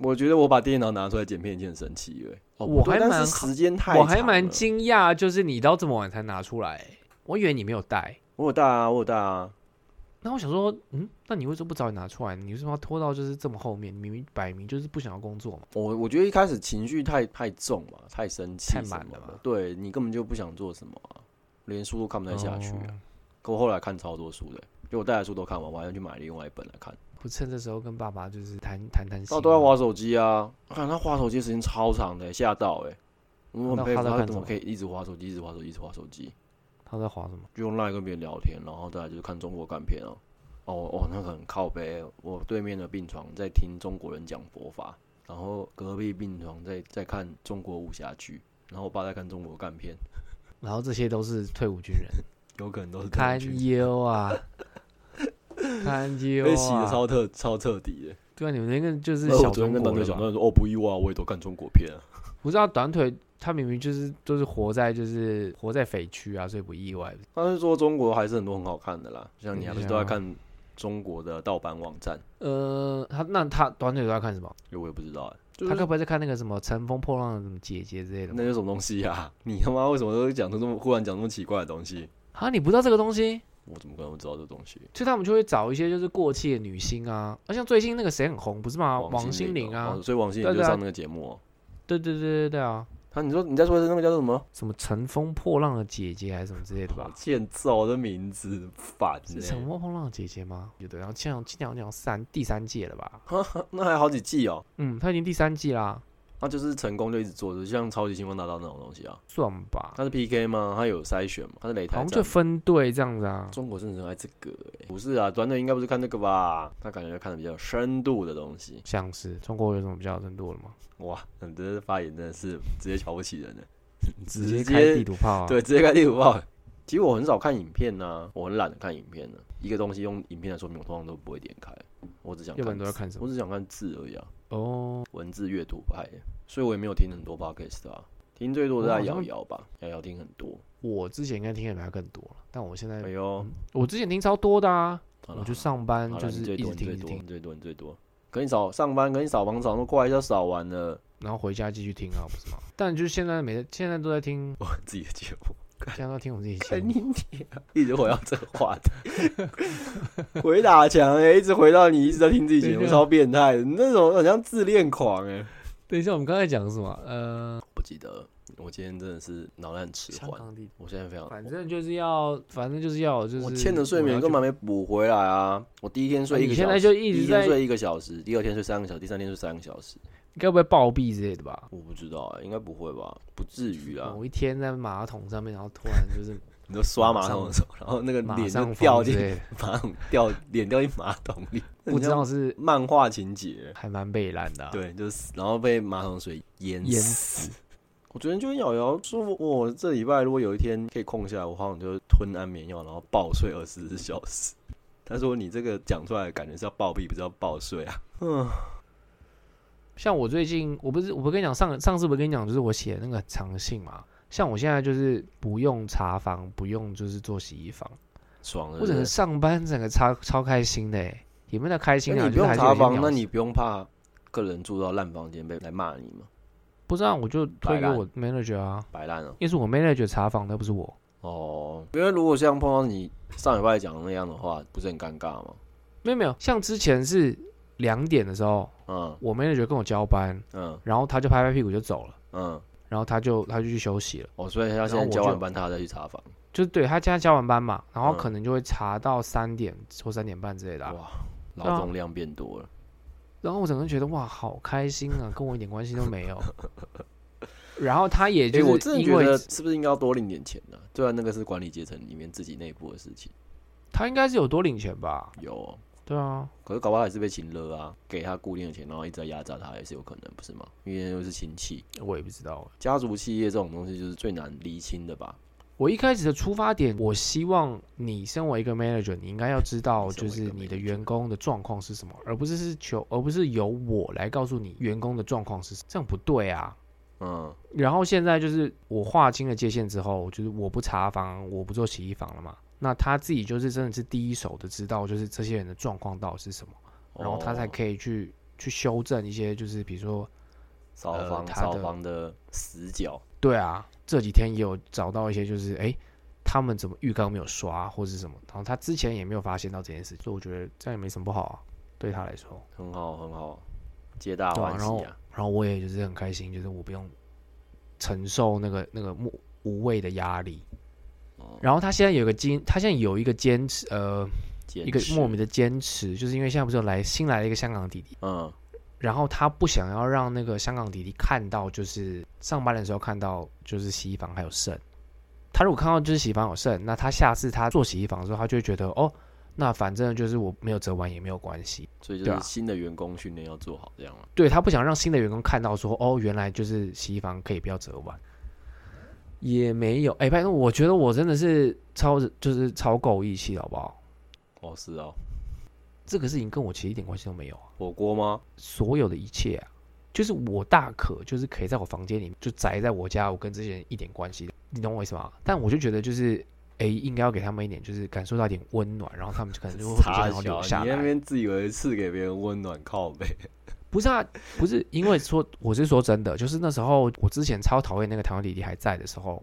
Speaker 1: 我觉得我把电脑拿出来剪片已经很神奇了欸。哦，
Speaker 2: 我
Speaker 1: 不对
Speaker 2: 还
Speaker 1: 但
Speaker 2: 蛮
Speaker 1: 是
Speaker 2: 好
Speaker 1: 时间太
Speaker 2: 我还
Speaker 1: 长
Speaker 2: 蛮
Speaker 1: 了
Speaker 2: 惊讶，就是你到这么晚才拿出来，欸我以为你没有带。
Speaker 1: 我有带啊，我有带啊，
Speaker 2: 那我想说，嗯，那你为什么不早点拿出来？你为什么要拖到就是这么后面？你明明摆明就是不想要工作嘛。
Speaker 1: 我我觉得一开始情绪太太重嘛，太生气
Speaker 2: 太
Speaker 1: 什
Speaker 2: 满
Speaker 1: 么
Speaker 2: 了
Speaker 1: 的
Speaker 2: 吧
Speaker 1: 对你根本就不想做什么啊，连书都看不太下去、啊。
Speaker 2: 哦
Speaker 1: 可我后来看超多书的，因为我带的书都看完，我还要去买另外一本来看。
Speaker 2: 不趁这时候跟爸爸就是哦谈谈谈心
Speaker 1: 那
Speaker 2: 吗。
Speaker 1: 都在划手机啊，看他划手机的时间超长的，吓到哎、我很
Speaker 2: 那
Speaker 1: 佩服
Speaker 2: 他在
Speaker 1: 他
Speaker 2: 看
Speaker 1: 怎
Speaker 2: 什
Speaker 1: 么
Speaker 2: 么
Speaker 1: 可以一直划手机，一直划手机，一直划手机，
Speaker 2: 他在划什么？
Speaker 1: 就用 line 跟别人聊天，然后再来就是看中国干片啊。哦哦，那个很靠背，我对面的病床在听中国人讲佛法，然后隔壁病床在在看中国武侠剧，然后我爸在看中国干片，
Speaker 2: 然后这些都是退伍军人，
Speaker 1: 有可能都是这种
Speaker 2: 堪
Speaker 1: 剧
Speaker 2: 忧 啊，堪忧
Speaker 1: 被洗的
Speaker 2: 啊！
Speaker 1: 超特超彻底的。
Speaker 2: 对啊，你们那个就是
Speaker 1: 那我
Speaker 2: 小
Speaker 1: 昨天
Speaker 2: 中
Speaker 1: 跟
Speaker 2: 国
Speaker 1: 团队
Speaker 2: 人
Speaker 1: 讲，
Speaker 2: 嘛
Speaker 1: 他说哦不意外，我也都看中国片啊。
Speaker 2: 不知道短腿，他明明就是都、是活在就是活在匪区啊，所以不意外。
Speaker 1: 他是说中国还是很多很好看的啦，像你还不是都在
Speaker 2: 嗯
Speaker 1: 看中国的盗版网站？
Speaker 2: 呃，他那他短腿都在看什么？
Speaker 1: 因为我也不知道、欸，就
Speaker 2: 他该
Speaker 1: 是
Speaker 2: 不会在看那个什么《乘风破浪的什么姐姐》之类的吧？
Speaker 1: 那些什么东西啊？ 你他妈为什么都会讲出这么忽然讲这么奇怪的东西？
Speaker 2: 啊，你不知道这个东西，
Speaker 1: 我怎么可能会知道这东西？
Speaker 2: 所以他们就会找一些就是过气的女星啊，啊，像最近那个谁很红，不是吗？王心凌
Speaker 1: 哦
Speaker 2: 啊
Speaker 1: 哦，所以王心凌
Speaker 2: 对
Speaker 1: 就
Speaker 2: 对啊
Speaker 1: 上那个节目、哦。
Speaker 2: 对对对对对啊，
Speaker 1: 他、你说你再说一次那个叫做什么？
Speaker 2: 什么《乘风破浪的姐姐》还是什么之类的
Speaker 1: 好
Speaker 2: 吧？
Speaker 1: 欠揍的名字，烦
Speaker 2: 是
Speaker 1: 欸
Speaker 2: 《乘风破浪的姐姐》吗？对对，然后现在今年好像三第三季了吧？
Speaker 1: 那还好几季哦，
Speaker 2: 嗯，他已经第三季啦，
Speaker 1: 那就是成功就一直做，就像超级星光大道那种东西啊。
Speaker 2: 算吧，
Speaker 1: 他是 PK 吗？他有筛选吗？他是擂
Speaker 2: 好
Speaker 1: 台
Speaker 2: 像
Speaker 1: 战
Speaker 2: 就
Speaker 1: 吗？
Speaker 2: 分队这样子啊。
Speaker 1: 中国真的很爱这个、欸，不是啊？短短应该不是看这个吧？他感觉看的比较有深度的东西。
Speaker 2: 像是中国有什么比较有深度了吗？
Speaker 1: 哇，你这发言真的是直接瞧不起人 了，直
Speaker 2: 接
Speaker 1: 接
Speaker 2: 开地图炮、啊，，
Speaker 1: 对，直接开地图炮。其实我很少看影片呐、我很懒得看影片的、一个东西用影片来说明，我通常都不会点开，我只想
Speaker 2: 要不
Speaker 1: 看
Speaker 2: 然你都在
Speaker 1: 字，
Speaker 2: 看什么？
Speaker 1: 我只想看字而已啊，
Speaker 2: 哦，
Speaker 1: 文字阅读派的，所以我也没有听很多 podcast 啊，听最多的
Speaker 2: 我
Speaker 1: 在
Speaker 2: 好像
Speaker 1: 瑶瑶吧，瑶瑶听很多。
Speaker 2: 我之前应该听的比他更多了，但我现在、
Speaker 1: 哎呦，
Speaker 2: 我之前听超多的啊，
Speaker 1: 好啦
Speaker 2: 嗯我就上班
Speaker 1: 好啦
Speaker 2: 就
Speaker 1: 你
Speaker 2: 是
Speaker 1: 最
Speaker 2: 一
Speaker 1: 多
Speaker 2: 直
Speaker 1: 你最
Speaker 2: 听一直
Speaker 1: 多
Speaker 2: 听
Speaker 1: 你，最多你最多，可你扫上班，可你扫房扫都快要扫完了。
Speaker 2: 然后回家继续听啊，不是吗？ 但就是现在每现在都在 听，
Speaker 1: 我自己的节目，
Speaker 2: 现在都在听我自己节
Speaker 1: 肯
Speaker 2: 目。
Speaker 1: 定一直回到这个话题， 鬼打墙哎、一直回到你一直在听自己节目，
Speaker 2: 对啊
Speaker 1: 超变态的，你那种好像自恋狂哎、
Speaker 2: 等一下，我们刚才讲什么？呃，
Speaker 1: 不记得，我今天真的是脑袋很迟
Speaker 2: 香
Speaker 1: 缓，
Speaker 2: 港地，
Speaker 1: 我现在非常，
Speaker 2: 反正就是要，反正就是要，就是
Speaker 1: 我欠的睡眠根本还没补回来啊！我第一天睡一
Speaker 2: 你
Speaker 1: 个
Speaker 2: 现
Speaker 1: 小
Speaker 2: 在
Speaker 1: 时，
Speaker 2: 就一
Speaker 1: 第
Speaker 2: 直
Speaker 1: 一天
Speaker 2: 在，
Speaker 1: 睡一个小时，第二天睡三个小时，第三天睡三个小时，
Speaker 2: 该不会暴毙之类的吧？
Speaker 1: 我不知道、欸，应该不会吧？不至于啊。
Speaker 2: 某一天在马桶上面，然后突然 就是
Speaker 1: 你就刷马桶的时候，然后那个
Speaker 2: 马
Speaker 1: 脸
Speaker 2: 上
Speaker 1: 就
Speaker 2: 疯
Speaker 1: 掉
Speaker 2: 之
Speaker 1: 进
Speaker 2: 类的，
Speaker 1: 马桶，掉脸掉进马桶里，
Speaker 2: 不知
Speaker 1: 很像
Speaker 2: 道是
Speaker 1: 漫画情节。
Speaker 2: 还蛮被拦的啊、
Speaker 1: 对，就是然后被马桶水淹
Speaker 2: 淹
Speaker 1: 死。我昨天就跟瑶瑶说，我这礼拜如果有一天可以空下来，我好像就吞安眠药，然后暴睡二十四小时。 他说你这个讲出来感觉是要暴毙，不是要暴睡 啊？嗯，
Speaker 2: 像我最近，我不是我不跟你讲上上次不是跟你讲，就是我写的那个长信嘛。像我现在就是不用查房，不用就是做洗衣房，
Speaker 1: 爽了。
Speaker 2: 我整个
Speaker 1: 对
Speaker 2: 上班整个超超开心的欸，也没得开
Speaker 1: 不对
Speaker 2: 心
Speaker 1: 那
Speaker 2: 啊，
Speaker 1: 哎你不
Speaker 2: 就是
Speaker 1: 用
Speaker 2: 还是
Speaker 1: 查
Speaker 2: 有一些
Speaker 1: 房，
Speaker 2: 鸟
Speaker 1: 那
Speaker 2: 事
Speaker 1: 你不用怕个人住到烂房间被来骂你吗？
Speaker 2: 不知道我就推
Speaker 1: 摆
Speaker 2: 给
Speaker 1: 烂
Speaker 2: 我 manager 啊，
Speaker 1: 摆烂哦了。
Speaker 2: 因为是我 manager 查房的，不是我。
Speaker 1: 哦，因为如果像碰到你上礼拜讲的那样的话，不是很尴尬吗？
Speaker 2: 没有没有，像之前是两点的时候，
Speaker 1: 嗯
Speaker 2: 我 manager 跟我交班，
Speaker 1: 嗯
Speaker 2: 然后他就拍拍屁股就走了，
Speaker 1: 嗯，
Speaker 2: 然后他就他就去休息了。
Speaker 1: 哦，所以他现
Speaker 2: 然后
Speaker 1: 在
Speaker 2: 我
Speaker 1: 交完
Speaker 2: 就
Speaker 1: 班，他再去查房。
Speaker 2: 就是对他现在交完班嘛，然后
Speaker 1: 嗯
Speaker 2: 可能就会查到三点或三点半之类的啊、
Speaker 1: 哇，
Speaker 2: 对啊
Speaker 1: 劳动量变多了。
Speaker 2: 然后我整个人觉得哇，好开心 啊，跟我一点关系都没有。然后他也
Speaker 1: 哎、
Speaker 2: 就
Speaker 1: 我
Speaker 2: 是
Speaker 1: 真的
Speaker 2: 因
Speaker 1: 觉
Speaker 2: 为
Speaker 1: 得是不是应该要多领点钱呢、对啊，那个是管理阶层里面自己内部的事情。
Speaker 2: 他应该是有多领钱吧？
Speaker 1: 有哦，
Speaker 2: 对啊，
Speaker 1: 可是搞不好也是被请了啊，给他固定的钱，然后一直在压榨他，也是有可能，不是吗？因为又是亲戚，
Speaker 2: 我也不知道。
Speaker 1: 家族企业这种东西就是最难厘清的吧？
Speaker 2: 我一开始的出发点，我希望你身为一个 manager，你应该要知道，
Speaker 1: 身为
Speaker 2: 就
Speaker 1: 一个
Speaker 2: 是你的
Speaker 1: manager
Speaker 2: 员工的状况是什么，而不是是求，而不是由我来告诉你员工的状况是什么，这样不对啊。
Speaker 1: 嗯
Speaker 2: 然后现在就是我划清了界限之后，就是我不查房，我不做洗衣房了嘛。那他自己就是真的是第一手的知道，就是这些人的状况到底是什么，然后他才呃
Speaker 1: 哦
Speaker 2: 可以去去修正一些，就是比如说，
Speaker 1: 少
Speaker 2: 呃
Speaker 1: 方
Speaker 2: 他
Speaker 1: 少
Speaker 2: 的
Speaker 1: 方的死角。
Speaker 2: 对啊，这几天也有找到一些，就是哎，诶他们怎么浴缸没有刷或是什么，然后他之前也没有发现到这件事，所以我觉得这样也没什么不好啊，对他来说。
Speaker 1: 很好，很好，皆大
Speaker 2: 对啊
Speaker 1: 欢
Speaker 2: 然后
Speaker 1: 喜啊！
Speaker 2: 然后我也就是很开心，就是我不用承受那个那个无无谓的压力
Speaker 1: 哦。
Speaker 2: 然后他现在有一个坚，他现在有一个坚持，呃，
Speaker 1: 坚
Speaker 2: 一个
Speaker 1: 持
Speaker 2: 莫名的坚持，就是因为现在不是有来新来了一个香港弟弟，
Speaker 1: 嗯，
Speaker 2: 然后他不想要让那个香港弟弟看到，就是上班的时候看到就是洗衣房还有剩。他如果看到就是洗衣房有剩，那他下次他做洗衣房的时候，他就会觉得哦，那反正就是我没有折完也没有关系，
Speaker 1: 所以就
Speaker 2: 对
Speaker 1: 是
Speaker 2: 啊
Speaker 1: 新的员工训练要做好，这样啊嘛。
Speaker 2: 对他不想让新的员工看到说，哦，原来就是洗衣房可以不要折弯，也没有。哎，反正我觉得我真的是超就是超够义气，好不好？
Speaker 1: 哦，是哦，
Speaker 2: 这个事情跟我其实一点关系都没有啊，
Speaker 1: 火锅吗？
Speaker 2: 所有的一切啊，就是我大可就是可以在我房间里就宅在我家，我跟这些人一点关系，你懂我意思吗？但我就觉得就是。哎，应该要给他们一点，就是感受到一点温暖，然后他们就可能就会比较
Speaker 1: 傻
Speaker 2: 想要
Speaker 1: 小，
Speaker 2: 留下
Speaker 1: 你那
Speaker 2: 来。
Speaker 1: 边自以为是给别人温暖靠背，
Speaker 2: 不是啊，不是因为说我是说真的，就是那时候我之前超讨厌那个台湾弟弟还在的时候，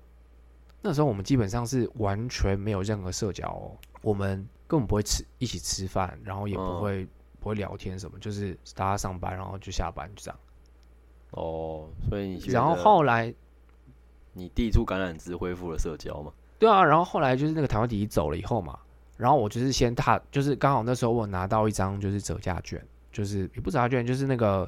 Speaker 2: 那时候我们基本上是完全没有任何社交哦，我们根本不会吃一起吃饭，然后也
Speaker 1: 嗯
Speaker 2: 不会、不会聊天什么，就是大家上班然后就下班就这样。
Speaker 1: 哦，所以你觉
Speaker 2: 然后
Speaker 1: 得
Speaker 2: 后来
Speaker 1: 你递出橄榄枝恢复了社交嘛？
Speaker 2: 对啊，然后后来就是那个台湾弟弟走了以后嘛，然后我就是先踏，就是刚好那时候我拿到一张就是折价券，就是也不是折价券，就是那个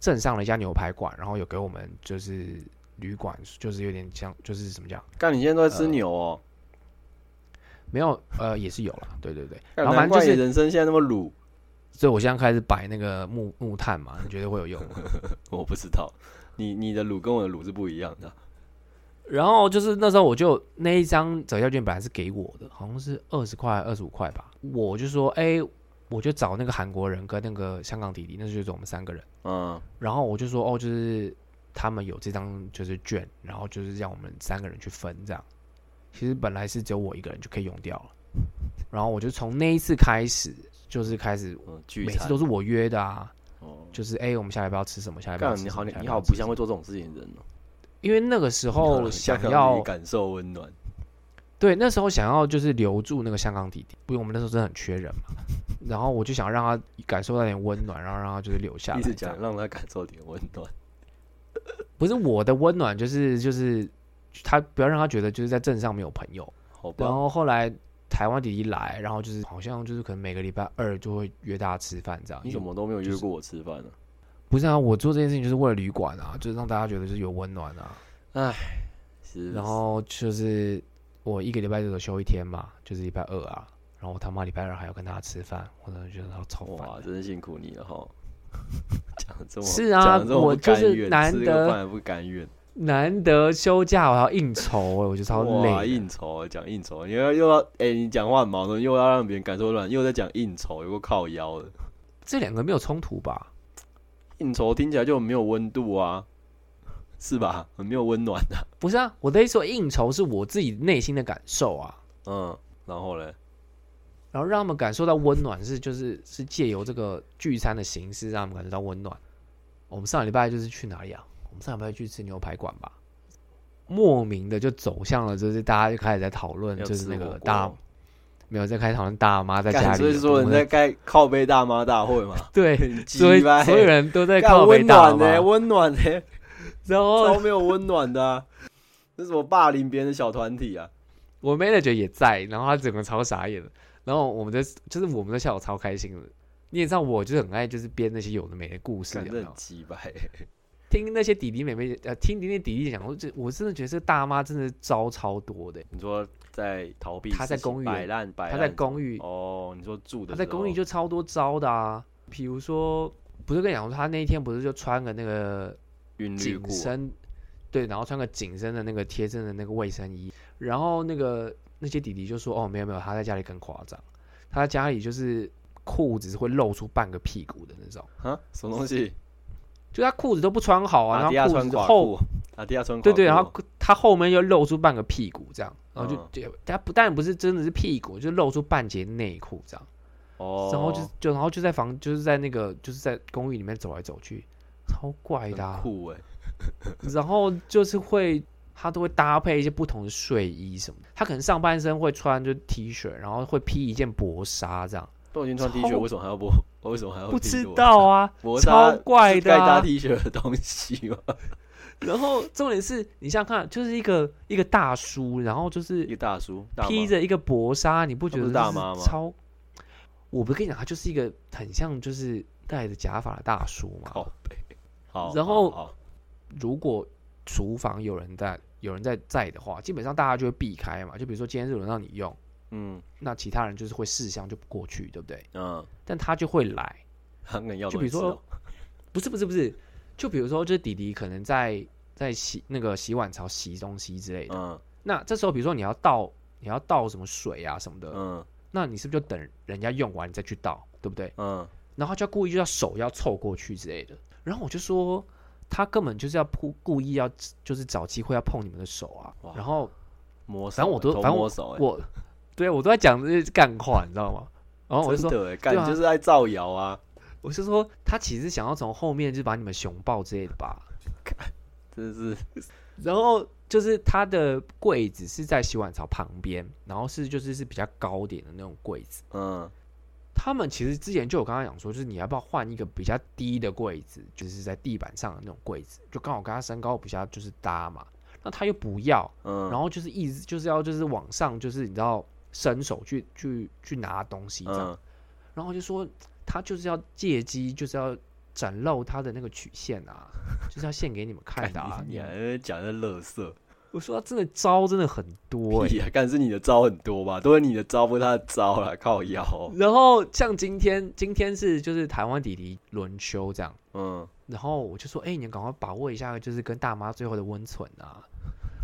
Speaker 2: 镇上的一家牛排馆，然后有给我们就是旅馆，就是有点像就是怎么讲，
Speaker 1: 干，你现在都在吃
Speaker 2: 呃
Speaker 1: 牛哦，
Speaker 2: 没有呃也是有啦，对对对，
Speaker 1: 干
Speaker 2: 呃然后
Speaker 1: 哎难
Speaker 2: 反正
Speaker 1: 怪
Speaker 2: 就
Speaker 1: 你
Speaker 2: 是，
Speaker 1: 人生现在那么卤。
Speaker 2: 所以我现在开始摆那个木木炭嘛，你觉得会有用吗？
Speaker 1: 我不知道，你你的卤跟我的卤是不一样的。
Speaker 2: 然后就是那时候我就那一张折价券本来是给我的，好像是二十块、二十五块吧。我就说，哎、我就找那个韩国人跟那个香港弟弟，那就是我们三个人。
Speaker 1: 嗯，
Speaker 2: 然后我就说，哦，就是他们有这张就是券，然后就是让我们三个人去分这样。其实本来是只有我一个人就可以用掉了。然后我就从那一次开始，就是开始
Speaker 1: 嗯聚
Speaker 2: 每次
Speaker 1: 餐
Speaker 2: 都是我约的啊，
Speaker 1: 哦。
Speaker 2: 就是哎、我们下礼拜要吃什么？下礼拜要
Speaker 1: 干，
Speaker 2: 吃
Speaker 1: 你
Speaker 2: 什
Speaker 1: 好，
Speaker 2: 么
Speaker 1: 你
Speaker 2: 下礼
Speaker 1: 你
Speaker 2: 拜要
Speaker 1: 好，
Speaker 2: 吃
Speaker 1: 不像
Speaker 2: 什么
Speaker 1: 会做这种事情的人哦。
Speaker 2: 因为那个时候
Speaker 1: 香
Speaker 2: 想
Speaker 1: 港
Speaker 2: 要
Speaker 1: 你感受温暖，
Speaker 2: 对，那时候想要就是留住那个香港弟弟，因为我们那时候真的很缺人嘛。然后我就想让他感受到一点温暖，然后让他就是留下来
Speaker 1: 一
Speaker 2: 这
Speaker 1: 直
Speaker 2: 样。
Speaker 1: 讲让他感受点温暖。
Speaker 2: 不是我的温暖，就是就是他不要让他觉得就是在镇上没有朋友。
Speaker 1: 好吧
Speaker 2: 然，后后来台湾弟弟来，然后就是好像就是可能每个礼拜二就会约大家吃饭这样。
Speaker 1: 你怎么都没有约过我吃饭呢、
Speaker 2: 不是啊，我做这件事情就是为了旅馆啊，就是让大家觉得就是有温暖啊。
Speaker 1: 是，
Speaker 2: 然后就是我一个礼拜就休一天嘛，就是礼拜二啊。然后我他妈礼拜二还要跟大家吃饭，我真的觉得他超烦。啊
Speaker 1: 哇，真是辛苦你了 哈。讲得这么
Speaker 2: 是啊
Speaker 1: 讲得这么
Speaker 2: 我
Speaker 1: 不
Speaker 2: 就
Speaker 1: 甘
Speaker 2: 是
Speaker 1: 愿
Speaker 2: 难
Speaker 1: 吃
Speaker 2: 得
Speaker 1: 个饭还不甘愿，
Speaker 2: 难得休假，我还要应酬、欸，我觉得超
Speaker 1: 哇，
Speaker 2: 累的。
Speaker 1: 应酬啊讲应酬，你要又要哎、你讲话很矛盾，又要让别人感受乱，又在讲应酬，有个靠腰的
Speaker 2: 这两个没有冲突吧？
Speaker 1: 应酬听起来就很没有温度啊，是吧？很没有温暖的、
Speaker 2: 不是啊，我的意思说应酬是我自己内心的感受啊，
Speaker 1: 嗯，然后嘞，
Speaker 2: 然后让他们感受到温暖是就是是借由这个聚餐的形式让他们感受到温暖。我们上礼拜就是去哪里啊？我们上礼拜去吃牛排馆吧，莫名的就走向了，就是大家就开始在讨论，
Speaker 1: 要
Speaker 2: 嗯就是
Speaker 1: 吃
Speaker 2: 那
Speaker 1: 火
Speaker 2: 个
Speaker 1: 锅
Speaker 2: 大没有在开始讨论大妈在家
Speaker 1: 干
Speaker 2: 里
Speaker 1: 所
Speaker 2: 有
Speaker 1: 以说
Speaker 2: 多
Speaker 1: 你
Speaker 2: 么
Speaker 1: 在开靠背大妈大会嘛，
Speaker 2: 对，
Speaker 1: 很鸡
Speaker 2: 所以
Speaker 1: 掰
Speaker 2: 所有人都在
Speaker 1: 干
Speaker 2: 靠北
Speaker 1: 温
Speaker 2: 大
Speaker 1: 暖欸呢、
Speaker 2: 妈，
Speaker 1: 温暖呢、
Speaker 2: 然后
Speaker 1: 超没有温暖的、啊， 这是我霸凌别人的小团体啊！
Speaker 2: 我 manager 也在，然后他整个超傻眼的。然后我们在就是我们在下午超开心的。你也知道，我就是很爱就是编那些有的没的故事，
Speaker 1: 感
Speaker 2: 有没
Speaker 1: 觉
Speaker 2: 有
Speaker 1: 很？鸡掰、
Speaker 2: 听那些弟弟妹妹呃，听点点弟弟讲，我这我真的觉得这个大妈真的招超多的。
Speaker 1: 你说在逃避事情，
Speaker 2: 他在公寓
Speaker 1: 摆烂，摆
Speaker 2: 她
Speaker 1: 烂
Speaker 2: 在公寓，
Speaker 1: 哦，你说住的
Speaker 2: 她在公寓
Speaker 1: 时候
Speaker 2: 就超多招的啊。比如说，不是跟你讲说，她那一天不是就穿个那个
Speaker 1: 韵律
Speaker 2: 紧
Speaker 1: 裤啊，
Speaker 2: 身，对，然后穿个紧身的那个贴身的那个卫生衣，然后那个那些弟弟就说：“哦，没有没有，他在家里更夸张，他在家里就是裤子是会露出半个屁股的那种，
Speaker 1: 啊，什么东西？
Speaker 2: 就他裤子都不穿好啊，
Speaker 1: 阿迪亚
Speaker 2: 然后
Speaker 1: 穿
Speaker 2: 裤子
Speaker 1: 垮
Speaker 2: 后，
Speaker 1: 裤，阿迪亚穿垮
Speaker 2: 对对，
Speaker 1: 裤啊
Speaker 2: 然后他后面又露出半个屁股这样，然后就
Speaker 1: 嗯
Speaker 2: 就他不但不是真的是屁股，就露出半截内裤这样，
Speaker 1: 哦，
Speaker 2: 然后就就然后就在房就是在那个就是在公寓里面走来走去，超怪的、啊
Speaker 1: 很。”酷哎、
Speaker 2: 然后就是会，他都会搭配一些不同的睡衣什么的。他可能上半身会穿就 T 恤，然后会披一件薄纱这样。
Speaker 1: 都已经穿 T 恤，
Speaker 2: 超
Speaker 1: 为什么还要播？为什么还要
Speaker 2: 不
Speaker 1: 披
Speaker 2: 知
Speaker 1: 着我
Speaker 2: 道啊
Speaker 1: 哦薄，纱
Speaker 2: 超怪
Speaker 1: 是
Speaker 2: 的
Speaker 1: 该搭
Speaker 2: 啊、
Speaker 1: T 恤的东西吗？
Speaker 2: 然后重点是你想想看，就是一个一个大叔，然后就
Speaker 1: 一
Speaker 2: 是
Speaker 1: 个大叔，大
Speaker 2: 披
Speaker 1: 妈
Speaker 2: 着一个薄纱，你不
Speaker 1: 他
Speaker 2: 觉
Speaker 1: 不
Speaker 2: 得
Speaker 1: 是大
Speaker 2: 就是
Speaker 1: 妈吗
Speaker 2: 超？我不是跟你讲，他就是一个很像就是戴着假发的大叔嘛。
Speaker 1: 靠背，好，
Speaker 2: 然后
Speaker 1: 好好
Speaker 2: 如果厨房有人在，有人在在的话，基本上大家就会避开嘛。就比如说今天是轮到你用。
Speaker 1: 嗯
Speaker 2: 那其他人就是会试香就不过去，对不对？
Speaker 1: 嗯，
Speaker 2: 但他就会来，
Speaker 1: 他可能要
Speaker 2: 就
Speaker 1: 不
Speaker 2: 比
Speaker 1: 然
Speaker 2: 如
Speaker 1: 吃
Speaker 2: 说
Speaker 1: 哦，
Speaker 2: 不是不是不是，就比如说就是弟弟可能在在洗那个洗碗槽洗东西之类的，
Speaker 1: 嗯
Speaker 2: 那这时候比如说你要倒你要倒什么水啊什么的，
Speaker 1: 嗯
Speaker 2: 那你是不是就等人家用完你再去倒，对不对？
Speaker 1: 嗯，
Speaker 2: 然后他就要故意就要手要凑过去之类的，然后我就说他根本就是要故故意要就是找机会要碰你们的手啊
Speaker 1: 哇，
Speaker 2: 然后
Speaker 1: 摸手欸，
Speaker 2: 反正我都
Speaker 1: 偷
Speaker 2: 反正
Speaker 1: 摸手欸，
Speaker 2: 我对啊我都在讲这些干话，你知道吗？然后我就说
Speaker 1: 真的欸，干
Speaker 2: 对啊
Speaker 1: 你就是爱造谣啊，
Speaker 2: 我是说，他其实想要从后面就把你们熊抱之类的吧。
Speaker 1: 真的是
Speaker 2: 然后就是他的柜子是在洗碗槽旁边，然后是就是是比较高点的那种柜子。
Speaker 1: 嗯。
Speaker 2: 他们其实之前就有跟他讲说，就是你要不要换一个比较低的柜子，就是在地板上的那种柜子，就刚好跟他身高比较就是搭嘛。那他又不要，
Speaker 1: 嗯，
Speaker 2: 然后就是一直就是要就是往上，就是你知道伸手去去去拿东西这样。
Speaker 1: 嗯，
Speaker 2: 然后就说他就是要借机，就是要展露他的那个曲线啊， 就是要献给你们看的、啊
Speaker 1: 哎干。你还在讲的乐 色，
Speaker 2: 我说他真的招真的很多、欸，
Speaker 1: 屁啊！干是你的招很多吧？都是你的招，不是他的招
Speaker 2: 嗯
Speaker 1: 啦，靠腰。
Speaker 2: 然后像今天，今天是就是台湾弟弟轮休这样，
Speaker 1: 嗯，
Speaker 2: 然后我就说，哎、你赶快把握一下，就是跟大妈最后的温存啊。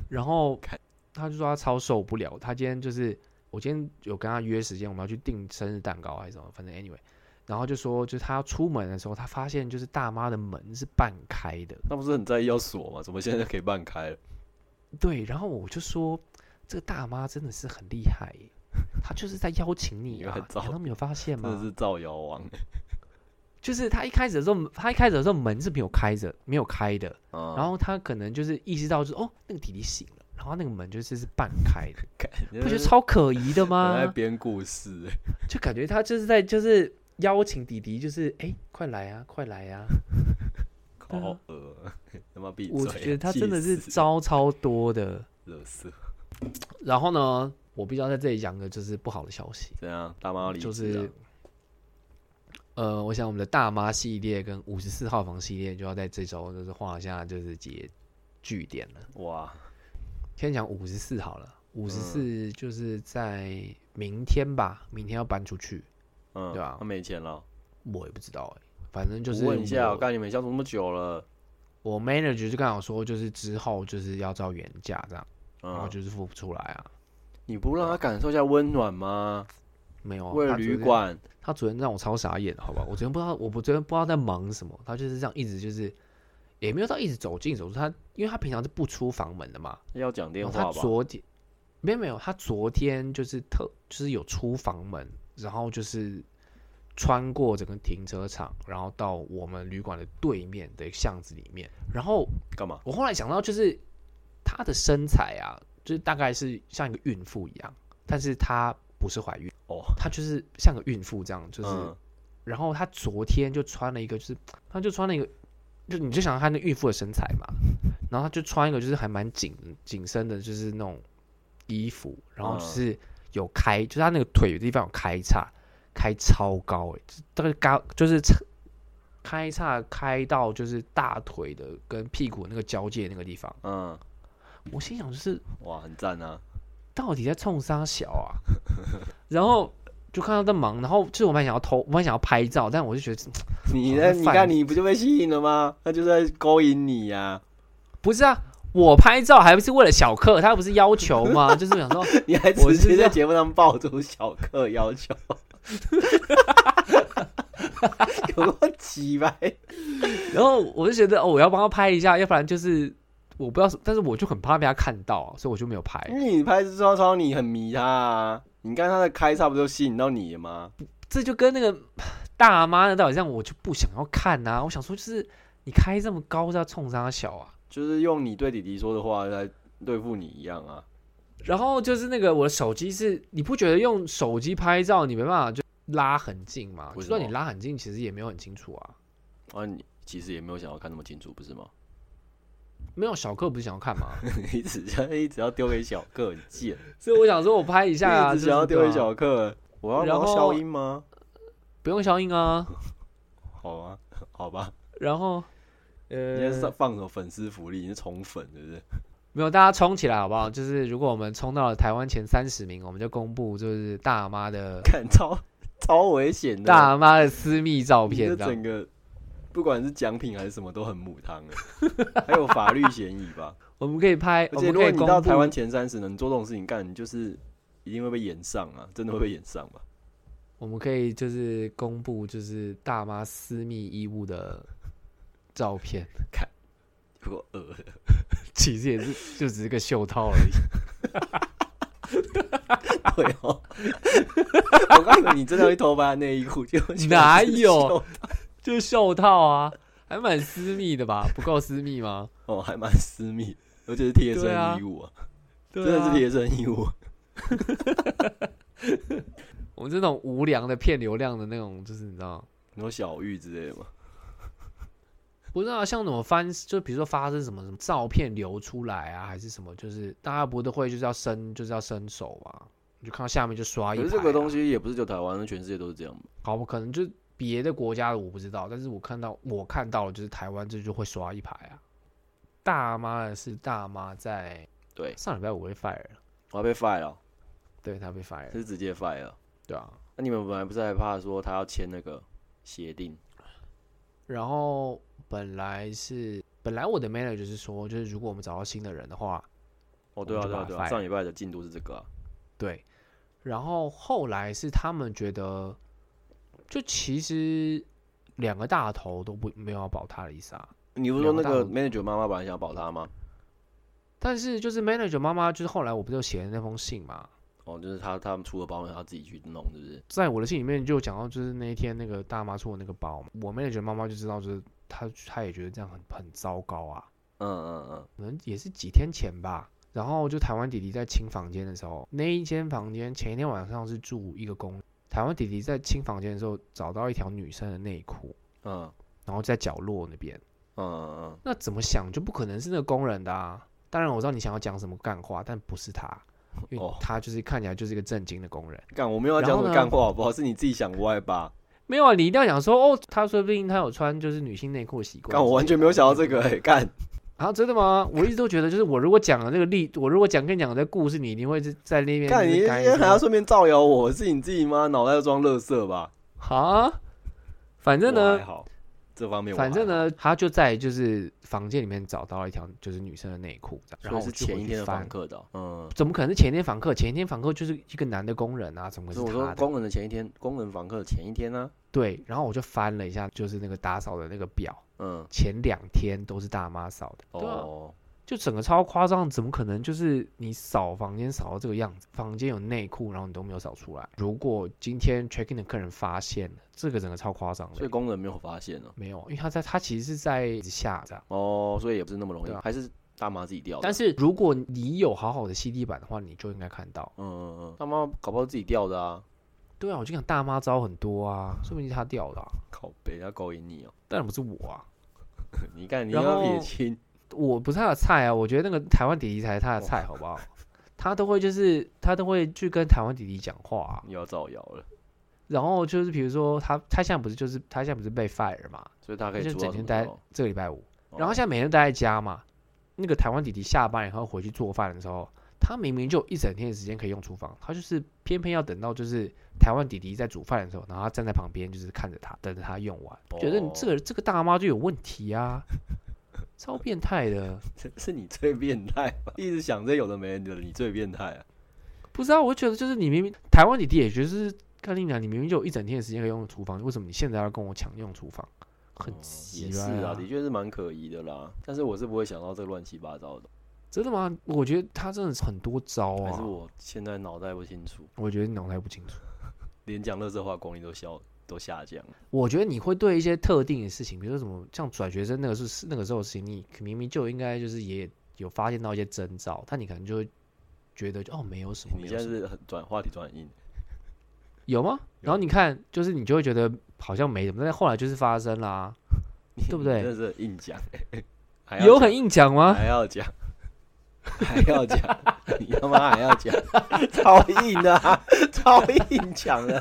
Speaker 2: 然后
Speaker 1: 看
Speaker 2: 他就说他超受不了，他今天就是我今天有跟他约时间，我们要去订生日蛋糕还是什么，反正 anyway。然后就说，就是他要出门的时候，他发现就是大妈的门是半开的，
Speaker 1: 那不是很在意要锁吗？怎么现在可以半开了？
Speaker 2: 对，然后我就说，这个大妈真的是很厉害耶，她就是在邀请你
Speaker 1: 有
Speaker 2: 啊
Speaker 1: 很，糟
Speaker 2: 你都没有发现
Speaker 1: 真的
Speaker 2: 吗？
Speaker 1: 是造谣王。
Speaker 2: 就是她一开始的时候，她一开始的时候门是没有开着，没有开的，
Speaker 1: 嗯，
Speaker 2: 然后她可能就是意识到，就是哦，那个弟弟醒了，然后那个门就是是半开的，
Speaker 1: 干你
Speaker 2: 不觉啊
Speaker 1: 真的
Speaker 2: 得超可疑的
Speaker 1: 很爱
Speaker 2: 吗？
Speaker 1: 编故事欸，
Speaker 2: 就感觉她就是在就是邀请弟弟，就是哎，快来啊，快来啊！对啊
Speaker 1: 好恶， 他妈闭嘴！啊
Speaker 2: 我就觉得她
Speaker 1: 气
Speaker 2: 真的是
Speaker 1: 死
Speaker 2: 招超多的。
Speaker 1: 乐色。
Speaker 2: 然后呢，我必须要在这里讲个就是不好的消息。
Speaker 1: 啊怎样？大妈要离职啊
Speaker 2: 就是呃，我想我们的大妈系列跟五十四号房系列就要在这周就是画下就是结据点了。
Speaker 1: 哇，
Speaker 2: 先讲五十四好了，五十
Speaker 1: 嗯
Speaker 2: 四就是在明天吧，明天要搬出去，
Speaker 1: 嗯，
Speaker 2: 对啊
Speaker 1: 他没钱了，
Speaker 2: 我也不知道哎、反正就是
Speaker 1: 我问一下，我
Speaker 2: 我
Speaker 1: 干你们相处那么久了，
Speaker 2: 我 manager 就刚好说，就是之后就是要照原价这样，然
Speaker 1: 嗯，
Speaker 2: 后就是付不出来啊，
Speaker 1: 你不让他感受一下温暖吗？
Speaker 2: 没有啊。
Speaker 1: 为了
Speaker 2: 他昨
Speaker 1: 旅
Speaker 2: 天
Speaker 1: 馆，
Speaker 2: 他昨天让我超傻眼，好吧？我昨天不知道，我不昨天不知道在忙什么，他就是这样一直就是，也没有到一直走进走出。他因为他平常是不出房门的嘛，
Speaker 1: 要讲电
Speaker 2: 然后
Speaker 1: 话
Speaker 2: 哦他
Speaker 1: 吧？
Speaker 2: 昨天没有没有，他昨天就是特就是有出房门，然后就是穿过整个停车场，然后到我们旅馆的对面的巷子里面。然后
Speaker 1: 干嘛？
Speaker 2: 我后来想到，就是她的身材啊，就是大概是像一个孕妇一样，但是她不是怀孕，
Speaker 1: 哦，
Speaker 2: 她就是像个孕妇这样，就是。
Speaker 1: 嗯
Speaker 2: 然后她昨天就穿了一个，就是她就穿了一个，就你就想她那孕妇的身材嘛，然后她就穿一个就是还蛮紧紧身的，就是那种衣服，然后就是有开，就是她那个腿有地方有开叉，开超高诶、欸，大概高就是叉开叉开到就是大腿的跟屁股那个交界那个地方，
Speaker 1: 嗯，
Speaker 2: 我心想就是
Speaker 1: 哇，很赞 啊！
Speaker 2: 到底在冲啥小啊？ 然后就看到在忙，然后就是我蛮想要偷，我蛮想要拍照，但我就觉得
Speaker 1: 你
Speaker 2: 好
Speaker 1: 呢？
Speaker 2: 像
Speaker 1: 你
Speaker 2: 犯
Speaker 1: 看你不就被吸引了吗？他就在勾引你呀、
Speaker 2: 不是啊，我拍照还不是为了小克，他不是要求吗？ 就是想说，
Speaker 1: 你还
Speaker 2: 我
Speaker 1: 直接
Speaker 2: 是这
Speaker 1: 在
Speaker 2: 样
Speaker 1: 节目上爆出小克要求，有多奇怪？
Speaker 2: 哎然后我就觉得哦，我要帮他拍一下，要不然就是我不知道，但是我就很怕被他看到啊，所以我就没有拍。
Speaker 1: 因为你拍超超，你很迷他啊。你看他的开叉不就吸引到你了吗？
Speaker 2: 这就跟那个 大妈的道理一样，我就不想要看呐、我想说，就是你开这么高是要冲啥小啊？
Speaker 1: 就是用你对弟弟说的话来对付你一样啊。
Speaker 2: 然后就是那个我的手机是，你不觉得用手机拍照你没办法就拉很近吗？
Speaker 1: 为
Speaker 2: 就
Speaker 1: 什么
Speaker 2: 算你拉很近，其实也没有很清楚啊。
Speaker 1: 啊，你其实也没有想要看那么清楚，不是吗？
Speaker 2: 没有小克不是想要看吗？
Speaker 1: 你只要一直要丢给小克，很贱，
Speaker 2: 所以我想说，我拍一下 啊，
Speaker 1: 一直想要丢
Speaker 2: 就是
Speaker 1: 给
Speaker 2: 对啊
Speaker 1: 小克。我要我
Speaker 2: 然
Speaker 1: 要
Speaker 2: 后
Speaker 1: 消音吗？
Speaker 2: 不用消音啊。
Speaker 1: 好啊，好吧。
Speaker 2: 然后，
Speaker 1: 你在
Speaker 2: 呃
Speaker 1: 上，放什么粉丝福利？你是宠粉是不 是？
Speaker 2: 没有，大家冲起来好不好？就是如果我们冲到了台湾前三十名，我们就公布就是大妈 的
Speaker 1: 看超超危险的，
Speaker 2: 大妈的私密照
Speaker 1: 你
Speaker 2: 片
Speaker 1: 这
Speaker 2: 这样。
Speaker 1: 整个不管是奖品还是什么都很母汤哎， 还有法律嫌疑吧。
Speaker 2: 我们可以拍，
Speaker 1: 而
Speaker 2: 我
Speaker 1: 且
Speaker 2: 们
Speaker 1: 如
Speaker 2: 可
Speaker 1: 果
Speaker 2: 以
Speaker 1: 你
Speaker 2: 公
Speaker 1: 到
Speaker 2: 布
Speaker 1: 台湾前三十，能做这种事情干，你就是一定会被演上啊，真的会被演上吧？
Speaker 2: 我们可以就是公布就是大妈私密衣物的照片，
Speaker 1: 如果呃，
Speaker 2: 其实也是就只是个袖套 而已。
Speaker 1: 对哦， 我刚以为你真的会偷拍他内衣裤，结果居然
Speaker 2: 哪
Speaker 1: 是
Speaker 2: 有
Speaker 1: 秀
Speaker 2: 就是袖套啊，还蛮私密的吧？不够私密吗？
Speaker 1: 哦，还蛮私密，而且是贴身
Speaker 2: 对啊
Speaker 1: 衣物啊，
Speaker 2: 对
Speaker 1: 真的是
Speaker 2: 啊
Speaker 1: 贴身衣物。
Speaker 2: 我们这种无良的骗流量的那种，就是你知道，
Speaker 1: 你说小玉之类的吗？
Speaker 2: 不是啊，像什么翻，就比如说发生什么什么照片流出来啊，还是什么，就是大家不都会就是要伸，就是要伸手嘛，你就看到下面就刷一、
Speaker 1: 可
Speaker 2: 排
Speaker 1: 是
Speaker 2: 啊。
Speaker 1: 这个东西也不是就台湾，全世界都是这样嘛。
Speaker 2: 好，可能就别的国家的我不知道，但是我看到我看到了，就是台湾这就会刷一排啊。大妈的是大妈在
Speaker 1: 对，
Speaker 2: 上礼拜五被 fire，了
Speaker 1: 我要被 fire 了，
Speaker 2: 对她被 fire，了
Speaker 1: 是直接 fire 了。
Speaker 2: 对啊。
Speaker 1: 那你们本来不是害怕说他要签那个协定？
Speaker 2: 然后本来是本来我的 manager 是说，就是如果我们找到新的人的话，
Speaker 1: 哦，对啊，
Speaker 2: 我们就
Speaker 1: 对
Speaker 2: 把
Speaker 1: 啊，对啊，
Speaker 2: 他 fire
Speaker 1: 上礼拜的进度是这个啊。
Speaker 2: 对，然后后来是他们觉得，就其实两个大头都不没有要保他的意思啊。
Speaker 1: 你不是说那
Speaker 2: 两
Speaker 1: 个
Speaker 2: 个大
Speaker 1: manager 妈妈本来想要保他吗？
Speaker 2: 但是就是 manager 妈妈，就是后来我不就写了那封信嘛，
Speaker 1: 哦，就是他他们出了包他自己去弄，是不是？
Speaker 2: 在我的信里面就讲到，就是那一天那个大妈出的那个包嘛，我 manager 妈妈就知道，就是她她也觉得这样很很糟糕啊。
Speaker 1: 嗯嗯嗯，
Speaker 2: 可能也是几天前吧。然后就台湾弟弟在清房间的时候，那一间房间前一天晚上是住一个公，台湾弟弟在清房间的时候找到一条女生的内裤，
Speaker 1: 嗯
Speaker 2: 然后在角落那边。
Speaker 1: 嗯嗯嗯，
Speaker 2: 那怎么想就不可能是那个工人的啊！当然我知道你想要讲什么干话，但不是他，因为
Speaker 1: 哦
Speaker 2: 他就是看起来就是一个正经的工人。
Speaker 1: 干我没有要讲
Speaker 2: 然
Speaker 1: 什
Speaker 2: 后
Speaker 1: 么
Speaker 2: 呢
Speaker 1: 干话好不好？是你自己想歪吧？
Speaker 2: 没有啊，你一定要想说哦，他说不定他有穿就是女性内裤的习惯。
Speaker 1: 干，我完全没有想到这个、欸，干，
Speaker 2: 啊，真的吗？我一直都觉得，就是我如果讲了这个例，我如果讲跟你讲的这个故事，你一定会是在那边
Speaker 1: 干，
Speaker 2: 就是
Speaker 1: 你今
Speaker 2: 干
Speaker 1: 天
Speaker 2: 什
Speaker 1: 还要
Speaker 2: 么
Speaker 1: 顺便造谣我，是你自己妈脑袋装垃圾吧？
Speaker 2: 啊，反正
Speaker 1: 我
Speaker 2: 呢
Speaker 1: 还，好，这方面我
Speaker 2: 反正
Speaker 1: 还好，
Speaker 2: 呢，他就在就是房间里面找到了一条就是女生的内裤，这样然后
Speaker 1: 所以
Speaker 2: 我
Speaker 1: 是
Speaker 2: 就
Speaker 1: 前
Speaker 2: 回
Speaker 1: 一
Speaker 2: 去
Speaker 1: 天的
Speaker 2: 翻
Speaker 1: 房，客的哦、嗯。
Speaker 2: 怎么可能是前一天房客？前一天房客就是一个男的工人啊，怎么
Speaker 1: 可
Speaker 2: 会
Speaker 1: 是
Speaker 2: 是
Speaker 1: 我说
Speaker 2: 他的？
Speaker 1: 工人的前一天，工人房客的前一天啊呢、
Speaker 2: 对，然后我就翻了一下，就是那个打扫的那个表，
Speaker 1: 嗯，
Speaker 2: 前两天都是大妈扫的，对啊
Speaker 1: 哦，
Speaker 2: 就整个超夸张，怎么可能？就是你扫房间扫到这个样子，房间有内裤，然后你都没有扫出来。如果今天 check in 的客人发现了，这个整个超夸张
Speaker 1: 所以
Speaker 2: 的。
Speaker 1: 工人没有发现呢、
Speaker 2: 没有，因为他在他其实是在下这样。
Speaker 1: 哦，所以也不是那么容易，
Speaker 2: 对啊
Speaker 1: 还是大妈自己掉的。
Speaker 2: 但是如果你有好好的 CD 板的话，你就应该看到。
Speaker 1: 嗯，嗯嗯，大妈搞不好自己掉的啊，
Speaker 2: 对啊，我就讲大妈招很多啊，说不定是他掉的、啊，
Speaker 1: 靠北，他勾引你哦、
Speaker 2: 当然不是我啊，
Speaker 1: 你看，你
Speaker 2: 然
Speaker 1: 要
Speaker 2: 后
Speaker 1: 撇清，
Speaker 2: 我不是他的菜啊。我觉得那个台湾弟弟才是他
Speaker 1: 哦
Speaker 2: 的菜，好不好？他都会就是他都会去跟台湾弟弟讲话、啊，
Speaker 1: 你要造谣了，
Speaker 2: 然后就是比如说他他现在不是就是他现在不是被 fire 嘛，
Speaker 1: 所以他可
Speaker 2: 他
Speaker 1: 以
Speaker 2: 就
Speaker 1: 出到什
Speaker 2: 整天
Speaker 1: 么时
Speaker 2: 待
Speaker 1: 候？
Speaker 2: 这个礼拜五，
Speaker 1: 哦
Speaker 2: 然后现在每天待在家嘛。那个台湾弟弟下班以后回去做饭的时候，他明明就有一整天的时间可以用厨房，他就是偏偏要等到就是台湾弟弟在煮饭的时候，然后他站在旁边就是看着他，等着他用完，觉得你这
Speaker 1: 哦
Speaker 2: 个这个大妈就有问题啊，超变态的。
Speaker 1: 这是 你最变态吧？一直想这有的没的，你最变态啊！
Speaker 2: 不知道、我就觉得就是你明明台湾弟弟也觉得是，看你讲你明明就有一整天的时间可以用厨房，为什么你现在要跟我抢用厨房？很
Speaker 1: 哦
Speaker 2: 奇
Speaker 1: 也是
Speaker 2: 怪
Speaker 1: 啊，的确是蛮可疑的啦。但是我是不会想到这个乱七八糟的，
Speaker 2: 真的吗？我觉得他真的是很多招
Speaker 1: 还
Speaker 2: 啊
Speaker 1: 是，我现在脑袋不清楚，
Speaker 2: 我觉得你脑袋不清楚。
Speaker 1: 连讲乐色话功力都消都下降了。
Speaker 2: 我觉得你会对一些特定的事情，比如说什么像转学生那个是那个时候的事情，你明明就应该就是也有发现到一些征兆，但你可能就会觉得就哦没有什么，
Speaker 1: 你
Speaker 2: 没
Speaker 1: 现在
Speaker 2: 有什么
Speaker 1: 是很转话题转很硬，
Speaker 2: 有吗？然后你看，就是你就会觉得好像没什么，但是后来就是发生啦、
Speaker 1: 你
Speaker 2: 对不对
Speaker 1: 你真的是很硬讲， 还要
Speaker 2: 有
Speaker 1: 讲
Speaker 2: 很硬讲吗？
Speaker 1: 还要讲， 还要讲，你他妈还要讲， 超硬的啊、超硬讲的，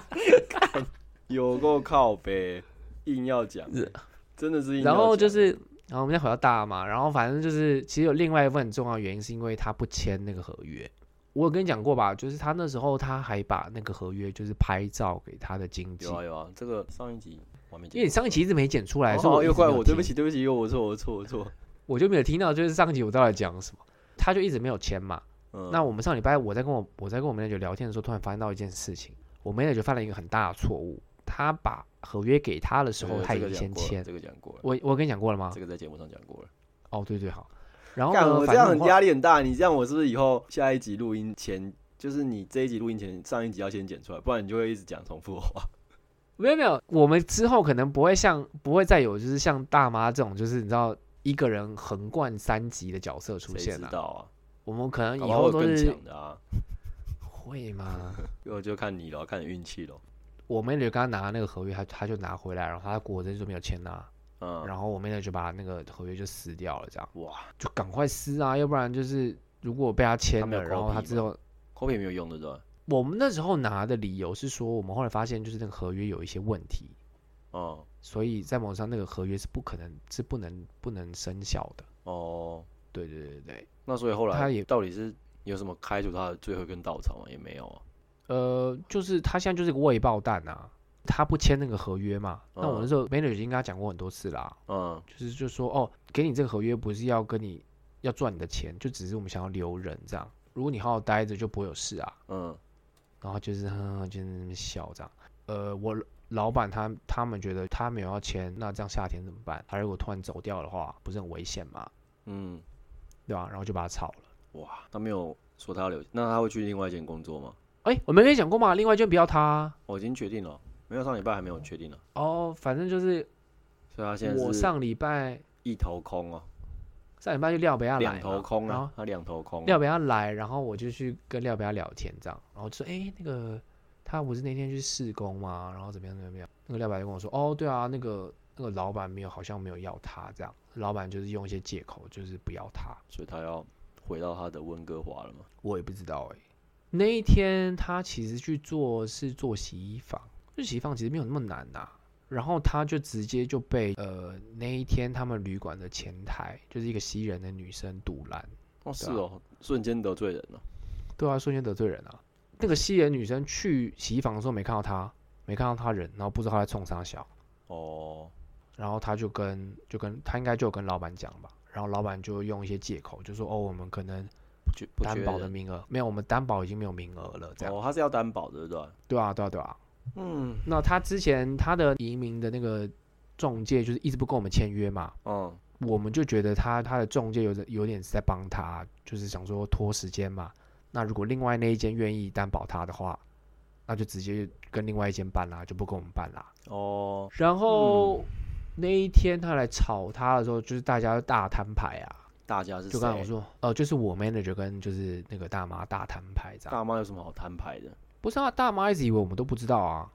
Speaker 1: 看有够靠背，硬要讲
Speaker 2: 是，
Speaker 1: 真的是硬要讲。
Speaker 2: 然后就是，然后我们再回到大妈，然后反正就是，其实有另外一份很重要的原因，是因为他不签那个合约。我有跟你讲过吧，就是他那时候他还把那个合约就是拍照给他的经纪
Speaker 1: 有，啊有啊，这个上一集我还没讲，
Speaker 2: 因为你上一集一直没剪出来，
Speaker 1: 哦
Speaker 2: 所以我一
Speaker 1: 又
Speaker 2: 直没
Speaker 1: 怪
Speaker 2: 有
Speaker 1: 我，对
Speaker 2: 听
Speaker 1: 不起对不起，又我错我错我错。
Speaker 2: 我就没有听到，就是上一集我到底讲什么，他就一直没有签嘛。
Speaker 1: 嗯，
Speaker 2: 那我们上礼拜我在跟我我在跟我们 manager 聊天的时候，突然发现到一件事情，我 manager 犯了一个很大的错误，他把合约给他的时
Speaker 1: 对
Speaker 2: 候，
Speaker 1: 对
Speaker 2: 他已
Speaker 1: 这个讲
Speaker 2: 经先
Speaker 1: 过了
Speaker 2: 签。
Speaker 1: 这个讲过了，
Speaker 2: 我我跟你讲过了吗
Speaker 1: 这？个在节目上讲过了。
Speaker 2: 哦，对对好。然后
Speaker 1: 干，
Speaker 2: 呢，
Speaker 1: 我这
Speaker 2: 哦反
Speaker 1: 样
Speaker 2: 正
Speaker 1: 很
Speaker 2: 后
Speaker 1: 压力很大。你这样，我是不是以后下一集录音前，就是你这一集录音前上一集要先剪出来，不然你就会一直讲重复的话。
Speaker 2: 没有没有，我们之后可能不会像不会再有就是像大妈这种，就是你知道一个人横贯三级的角色 出
Speaker 1: 谁
Speaker 2: 现
Speaker 1: 知
Speaker 2: 了、
Speaker 1: 道啊？
Speaker 2: 我们可能
Speaker 1: 搞
Speaker 2: 以
Speaker 1: 不好
Speaker 2: 后
Speaker 1: 会
Speaker 2: 都
Speaker 1: 更
Speaker 2: 是
Speaker 1: 强的啊！
Speaker 2: 会吗？
Speaker 1: 我就看你了，看你运气了。
Speaker 2: 我妹就刚拿那个合约，她她就拿回来，然后她果真就没有签啊，
Speaker 1: 嗯，
Speaker 2: 然后我妹呢就把那个合约就撕掉了，这样
Speaker 1: 哇，
Speaker 2: 就赶快撕啊，要不然就是如果被她签
Speaker 1: 她没有
Speaker 2: 了，然后
Speaker 1: copy
Speaker 2: 她之后。
Speaker 1: 抠也没有用的，对吧？
Speaker 2: 我们那时候拿的理由是说，我们后来发现就是那个合约有一些问题，
Speaker 1: 嗯，
Speaker 2: 所以在某种上那个合约是不可能是不能不能生效的。
Speaker 1: 哦，
Speaker 2: 对对对对，
Speaker 1: 那所以后来
Speaker 2: 他也
Speaker 1: 到底是有什么开除他的最后一根稻草吗？也没有啊。
Speaker 2: 呃，就是他现在就是个未爆弹啊，他不签那个合约嘛。那
Speaker 1: 嗯
Speaker 2: 我那时候 manager 已经跟他讲过很多次啦，
Speaker 1: 嗯，
Speaker 2: 就是就说哦，给你这个合约不是要跟你要赚你的钱，就只是我们想要留人这样。如果你好好待着，就不会有事啊。
Speaker 1: 嗯，
Speaker 2: 然后就是 哼哼，就是那边笑这样。呃，我老板他他们觉得他没有要签，那这样夏天怎么办？他如果突然走掉的话，不是很危险吗？
Speaker 1: 嗯，
Speaker 2: 对吧、然后就把他炒了。
Speaker 1: 哇，他没有说他要留，那他会去另外一间工作吗？
Speaker 2: 哎，我没跟你讲过嘛，另外一间不要他啊
Speaker 1: 我已经决定了，没有上礼拜还没有确定呢，
Speaker 2: 哦，反正就是
Speaker 1: 所以他现在
Speaker 2: 我
Speaker 1: 是
Speaker 2: 上礼拜
Speaker 1: 一头空哦。
Speaker 2: 上礼拜就廖北亚来
Speaker 1: 两
Speaker 2: 嘛
Speaker 1: 头空
Speaker 2: 然
Speaker 1: 啊
Speaker 2: 后，
Speaker 1: 他两头空、
Speaker 2: 廖北亚来，然后我就去跟廖北亚聊天，这样，然后就说，哎、那个他不是那天去试工吗？然后怎么样怎么样？那个廖北亚就跟我说，哦，对啊，那个那个老板没有，好像没有要他这样，老板就是用一些借口，就是不要他。
Speaker 1: 所以他要回到他的温哥华了嘛？欸
Speaker 2: 我也不知道哎、那一天他其实去做是做洗衣房，日期放其实没有那么难呐、然后他就直接就被呃那一天他们旅馆的前台就是一个西人的女生堵拦，
Speaker 1: 哦，是
Speaker 2: 对啊
Speaker 1: 哦，瞬间得罪人了。
Speaker 2: 对啊，瞬间得罪人啊。那个西人女生去洗衣房的时候没看到他，没看到他人，然后不知道他在冲啥小，
Speaker 1: 哦，
Speaker 2: 然后他就跟就跟他应该就有跟老板讲吧，然后老板就用一些借口，就说哦我们可能
Speaker 1: 不缺不缺
Speaker 2: 担保的
Speaker 1: 人
Speaker 2: 名额没有，我们担保已经没有名额了，这样、
Speaker 1: 哦，他是要担保的，对不对？
Speaker 2: 对啊对啊对啊。
Speaker 1: 嗯
Speaker 2: 那他之前他的移民的那个中介就是一直不跟我们签约嘛，
Speaker 1: 嗯，
Speaker 2: 我们就觉得他他的中介有点有点是在帮他，就是想说拖时间嘛。那如果另外那一间愿意担保他的话，那就直接跟另外一间办啦，就不跟我们办啦。
Speaker 1: 哦，
Speaker 2: 然后、那一天他来吵他的时候，就是大家大摊牌啊，
Speaker 1: 大家是
Speaker 2: 就刚才我
Speaker 1: 谁
Speaker 2: 说，呃，就是我 manager 跟就是那个大妈大摊牌这样。
Speaker 1: 大妈有什么好摊牌的？
Speaker 2: 不是啊，大妈一直以为我们都不知道啊，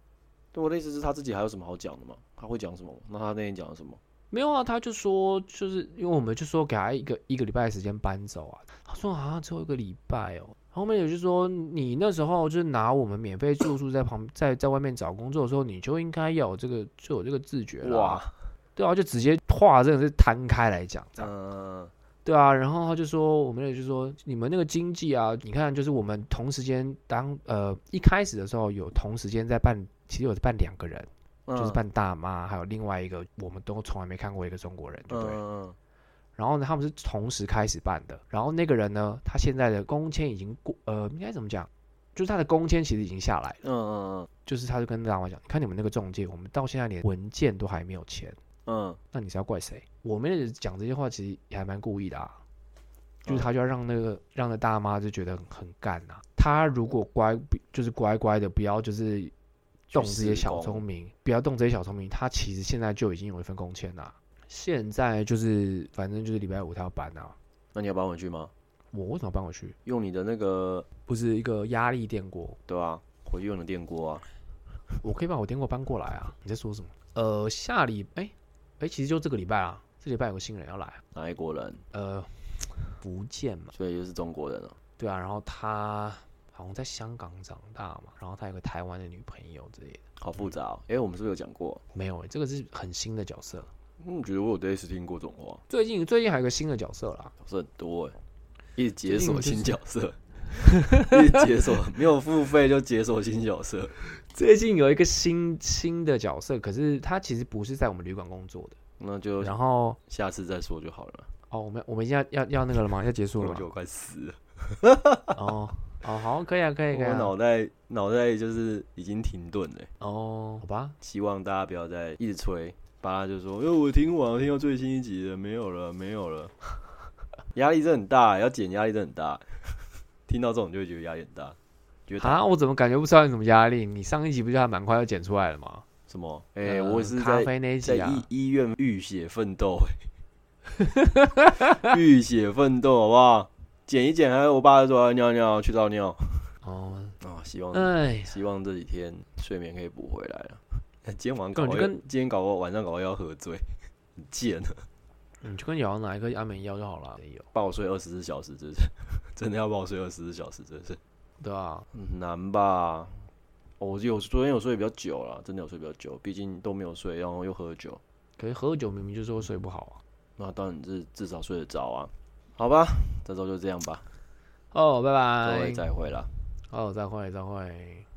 Speaker 1: 对我的意思是，他自己还有什么好讲的吗？他会讲什么吗？那他那天讲了什么？
Speaker 2: 没有啊，他就说，就是因为我们就说给他一个一个礼拜的时间搬走啊，他说啊，只有一个礼拜哦。后面也就说，你那时候就是拿我们免费住宿在旁在在外面找工作的时候，你就应该要有这个就有这个自觉啦
Speaker 1: 哇，，
Speaker 2: 对啊，就直接话真的是摊开来讲，这样
Speaker 1: 嗯，
Speaker 2: 对啊，然后他就说，我们也就说，你们那个经济啊，你看，就是我们同时间当呃一开始的时候有同时间在办，其实有办两个人，就
Speaker 1: 嗯
Speaker 2: 是办大妈，还有另外一个我们都从来没看过一个中国人，对不对？
Speaker 1: 嗯
Speaker 2: 然后呢，他们是同时开始办的。然后那个人呢，他现在的工签已经过，呃，应该怎么讲？就是他的工签其实已经下来了。
Speaker 1: 嗯嗯
Speaker 2: 就是他就跟大家讲，你看你们那个中介，我们到现在连文件都还没有签，
Speaker 1: 嗯嗯，
Speaker 2: 那你是要怪谁？我们也讲这些话，其实也还蛮故意的啊。就是他就要让那个让那大妈就觉得很很干呐、他如果乖，就是乖乖的，不要就是动这些小聪
Speaker 1: 明，
Speaker 2: 明，不要动这些小聪明。他其实现在就已经有一份工签啦、现在就是反正就是礼拜五他要搬啊。
Speaker 1: 那你要搬回去吗？
Speaker 2: 我为什么搬回去？
Speaker 1: 用你的那个
Speaker 2: 不是一个压力电锅，
Speaker 1: 对吧、回去用你的电锅啊。
Speaker 2: 我可以把我电锅搬过来啊。你在说什么？呃，下礼哎哎，其实就这个礼拜啊，这礼拜有个新人要来，
Speaker 1: 哪一国人？
Speaker 2: 呃，福建嘛，
Speaker 1: 所以就是中国人啊。
Speaker 2: 对啊，然后他好像在香港长大嘛，然后他有个台湾的女朋友之类的，
Speaker 1: 好复杂、哦。哎、我们是不是有讲过？嗯
Speaker 2: 没有、欸，这个是很新的角色。
Speaker 1: 我觉得我有第一次听过这种话，
Speaker 2: 最近最近还有一个新的角色啦，
Speaker 1: 角色很多哎、一直解
Speaker 2: 最近
Speaker 1: 锁
Speaker 2: 就是
Speaker 1: 新角色，一直解锁，没有付费就解锁新角色。
Speaker 2: 最近有一个新新的角色，可是他其实不是在我们旅馆工作的。
Speaker 1: 那就
Speaker 2: 然后
Speaker 1: 下次再说就好了。
Speaker 2: 哦，我们我们要要要那个了吗？要结束了
Speaker 1: 我觉？
Speaker 2: 吗
Speaker 1: 得我快死了，
Speaker 2: 哦哦，好，可以啊，可以，可以、
Speaker 1: 我
Speaker 2: 啊。
Speaker 1: 脑袋脑袋就是已经停顿了欸、
Speaker 2: 哦，好吧，
Speaker 1: 希望大家不要再一直催。巴拉就说：“因、为我听完，我听到最新一集了，没有了，没有了。”压力真的很大，要减压力真的很大。听到这种就会觉得压力很大，觉得
Speaker 2: 啊，我怎么感觉不知道你什么压力？你上一集不就还蛮快要剪出来了吗？
Speaker 1: 什么？哎、
Speaker 2: 呃
Speaker 1: 我是
Speaker 2: 咖
Speaker 1: 在
Speaker 2: 啡那一
Speaker 1: 在
Speaker 2: 集啊
Speaker 1: 医，医院浴血奋斗、 欸，浴血奋斗，好不好？剪一剪，还有我爸说要尿尿，去倒尿
Speaker 2: 哦，
Speaker 1: 啊、 希望、
Speaker 2: 哎，
Speaker 1: 希望这几天睡眠可以补回来了。 今天晚上搞
Speaker 2: 根本就
Speaker 1: 到
Speaker 2: 跟
Speaker 1: 今天搞到晚上搞到要喝醉，很贱啊！
Speaker 2: 你就跟瑶瑶拿一颗安眠药就好了，有
Speaker 1: 爆睡二十四小时，这是 真的要爆睡二十四小时，这是
Speaker 2: 对啊，
Speaker 1: 很难吧？哦我有昨天有睡比较久了，真的有睡比较久，毕竟都没有睡，然后又喝酒，
Speaker 2: 可是喝酒明明就说睡不好啊
Speaker 1: 那当然是至少睡得着啊。好吧，这周就这样吧。
Speaker 2: 啊。哦，拜
Speaker 1: 各位
Speaker 2: 拜，
Speaker 1: 再会啦。
Speaker 2: 哦，再会，再会。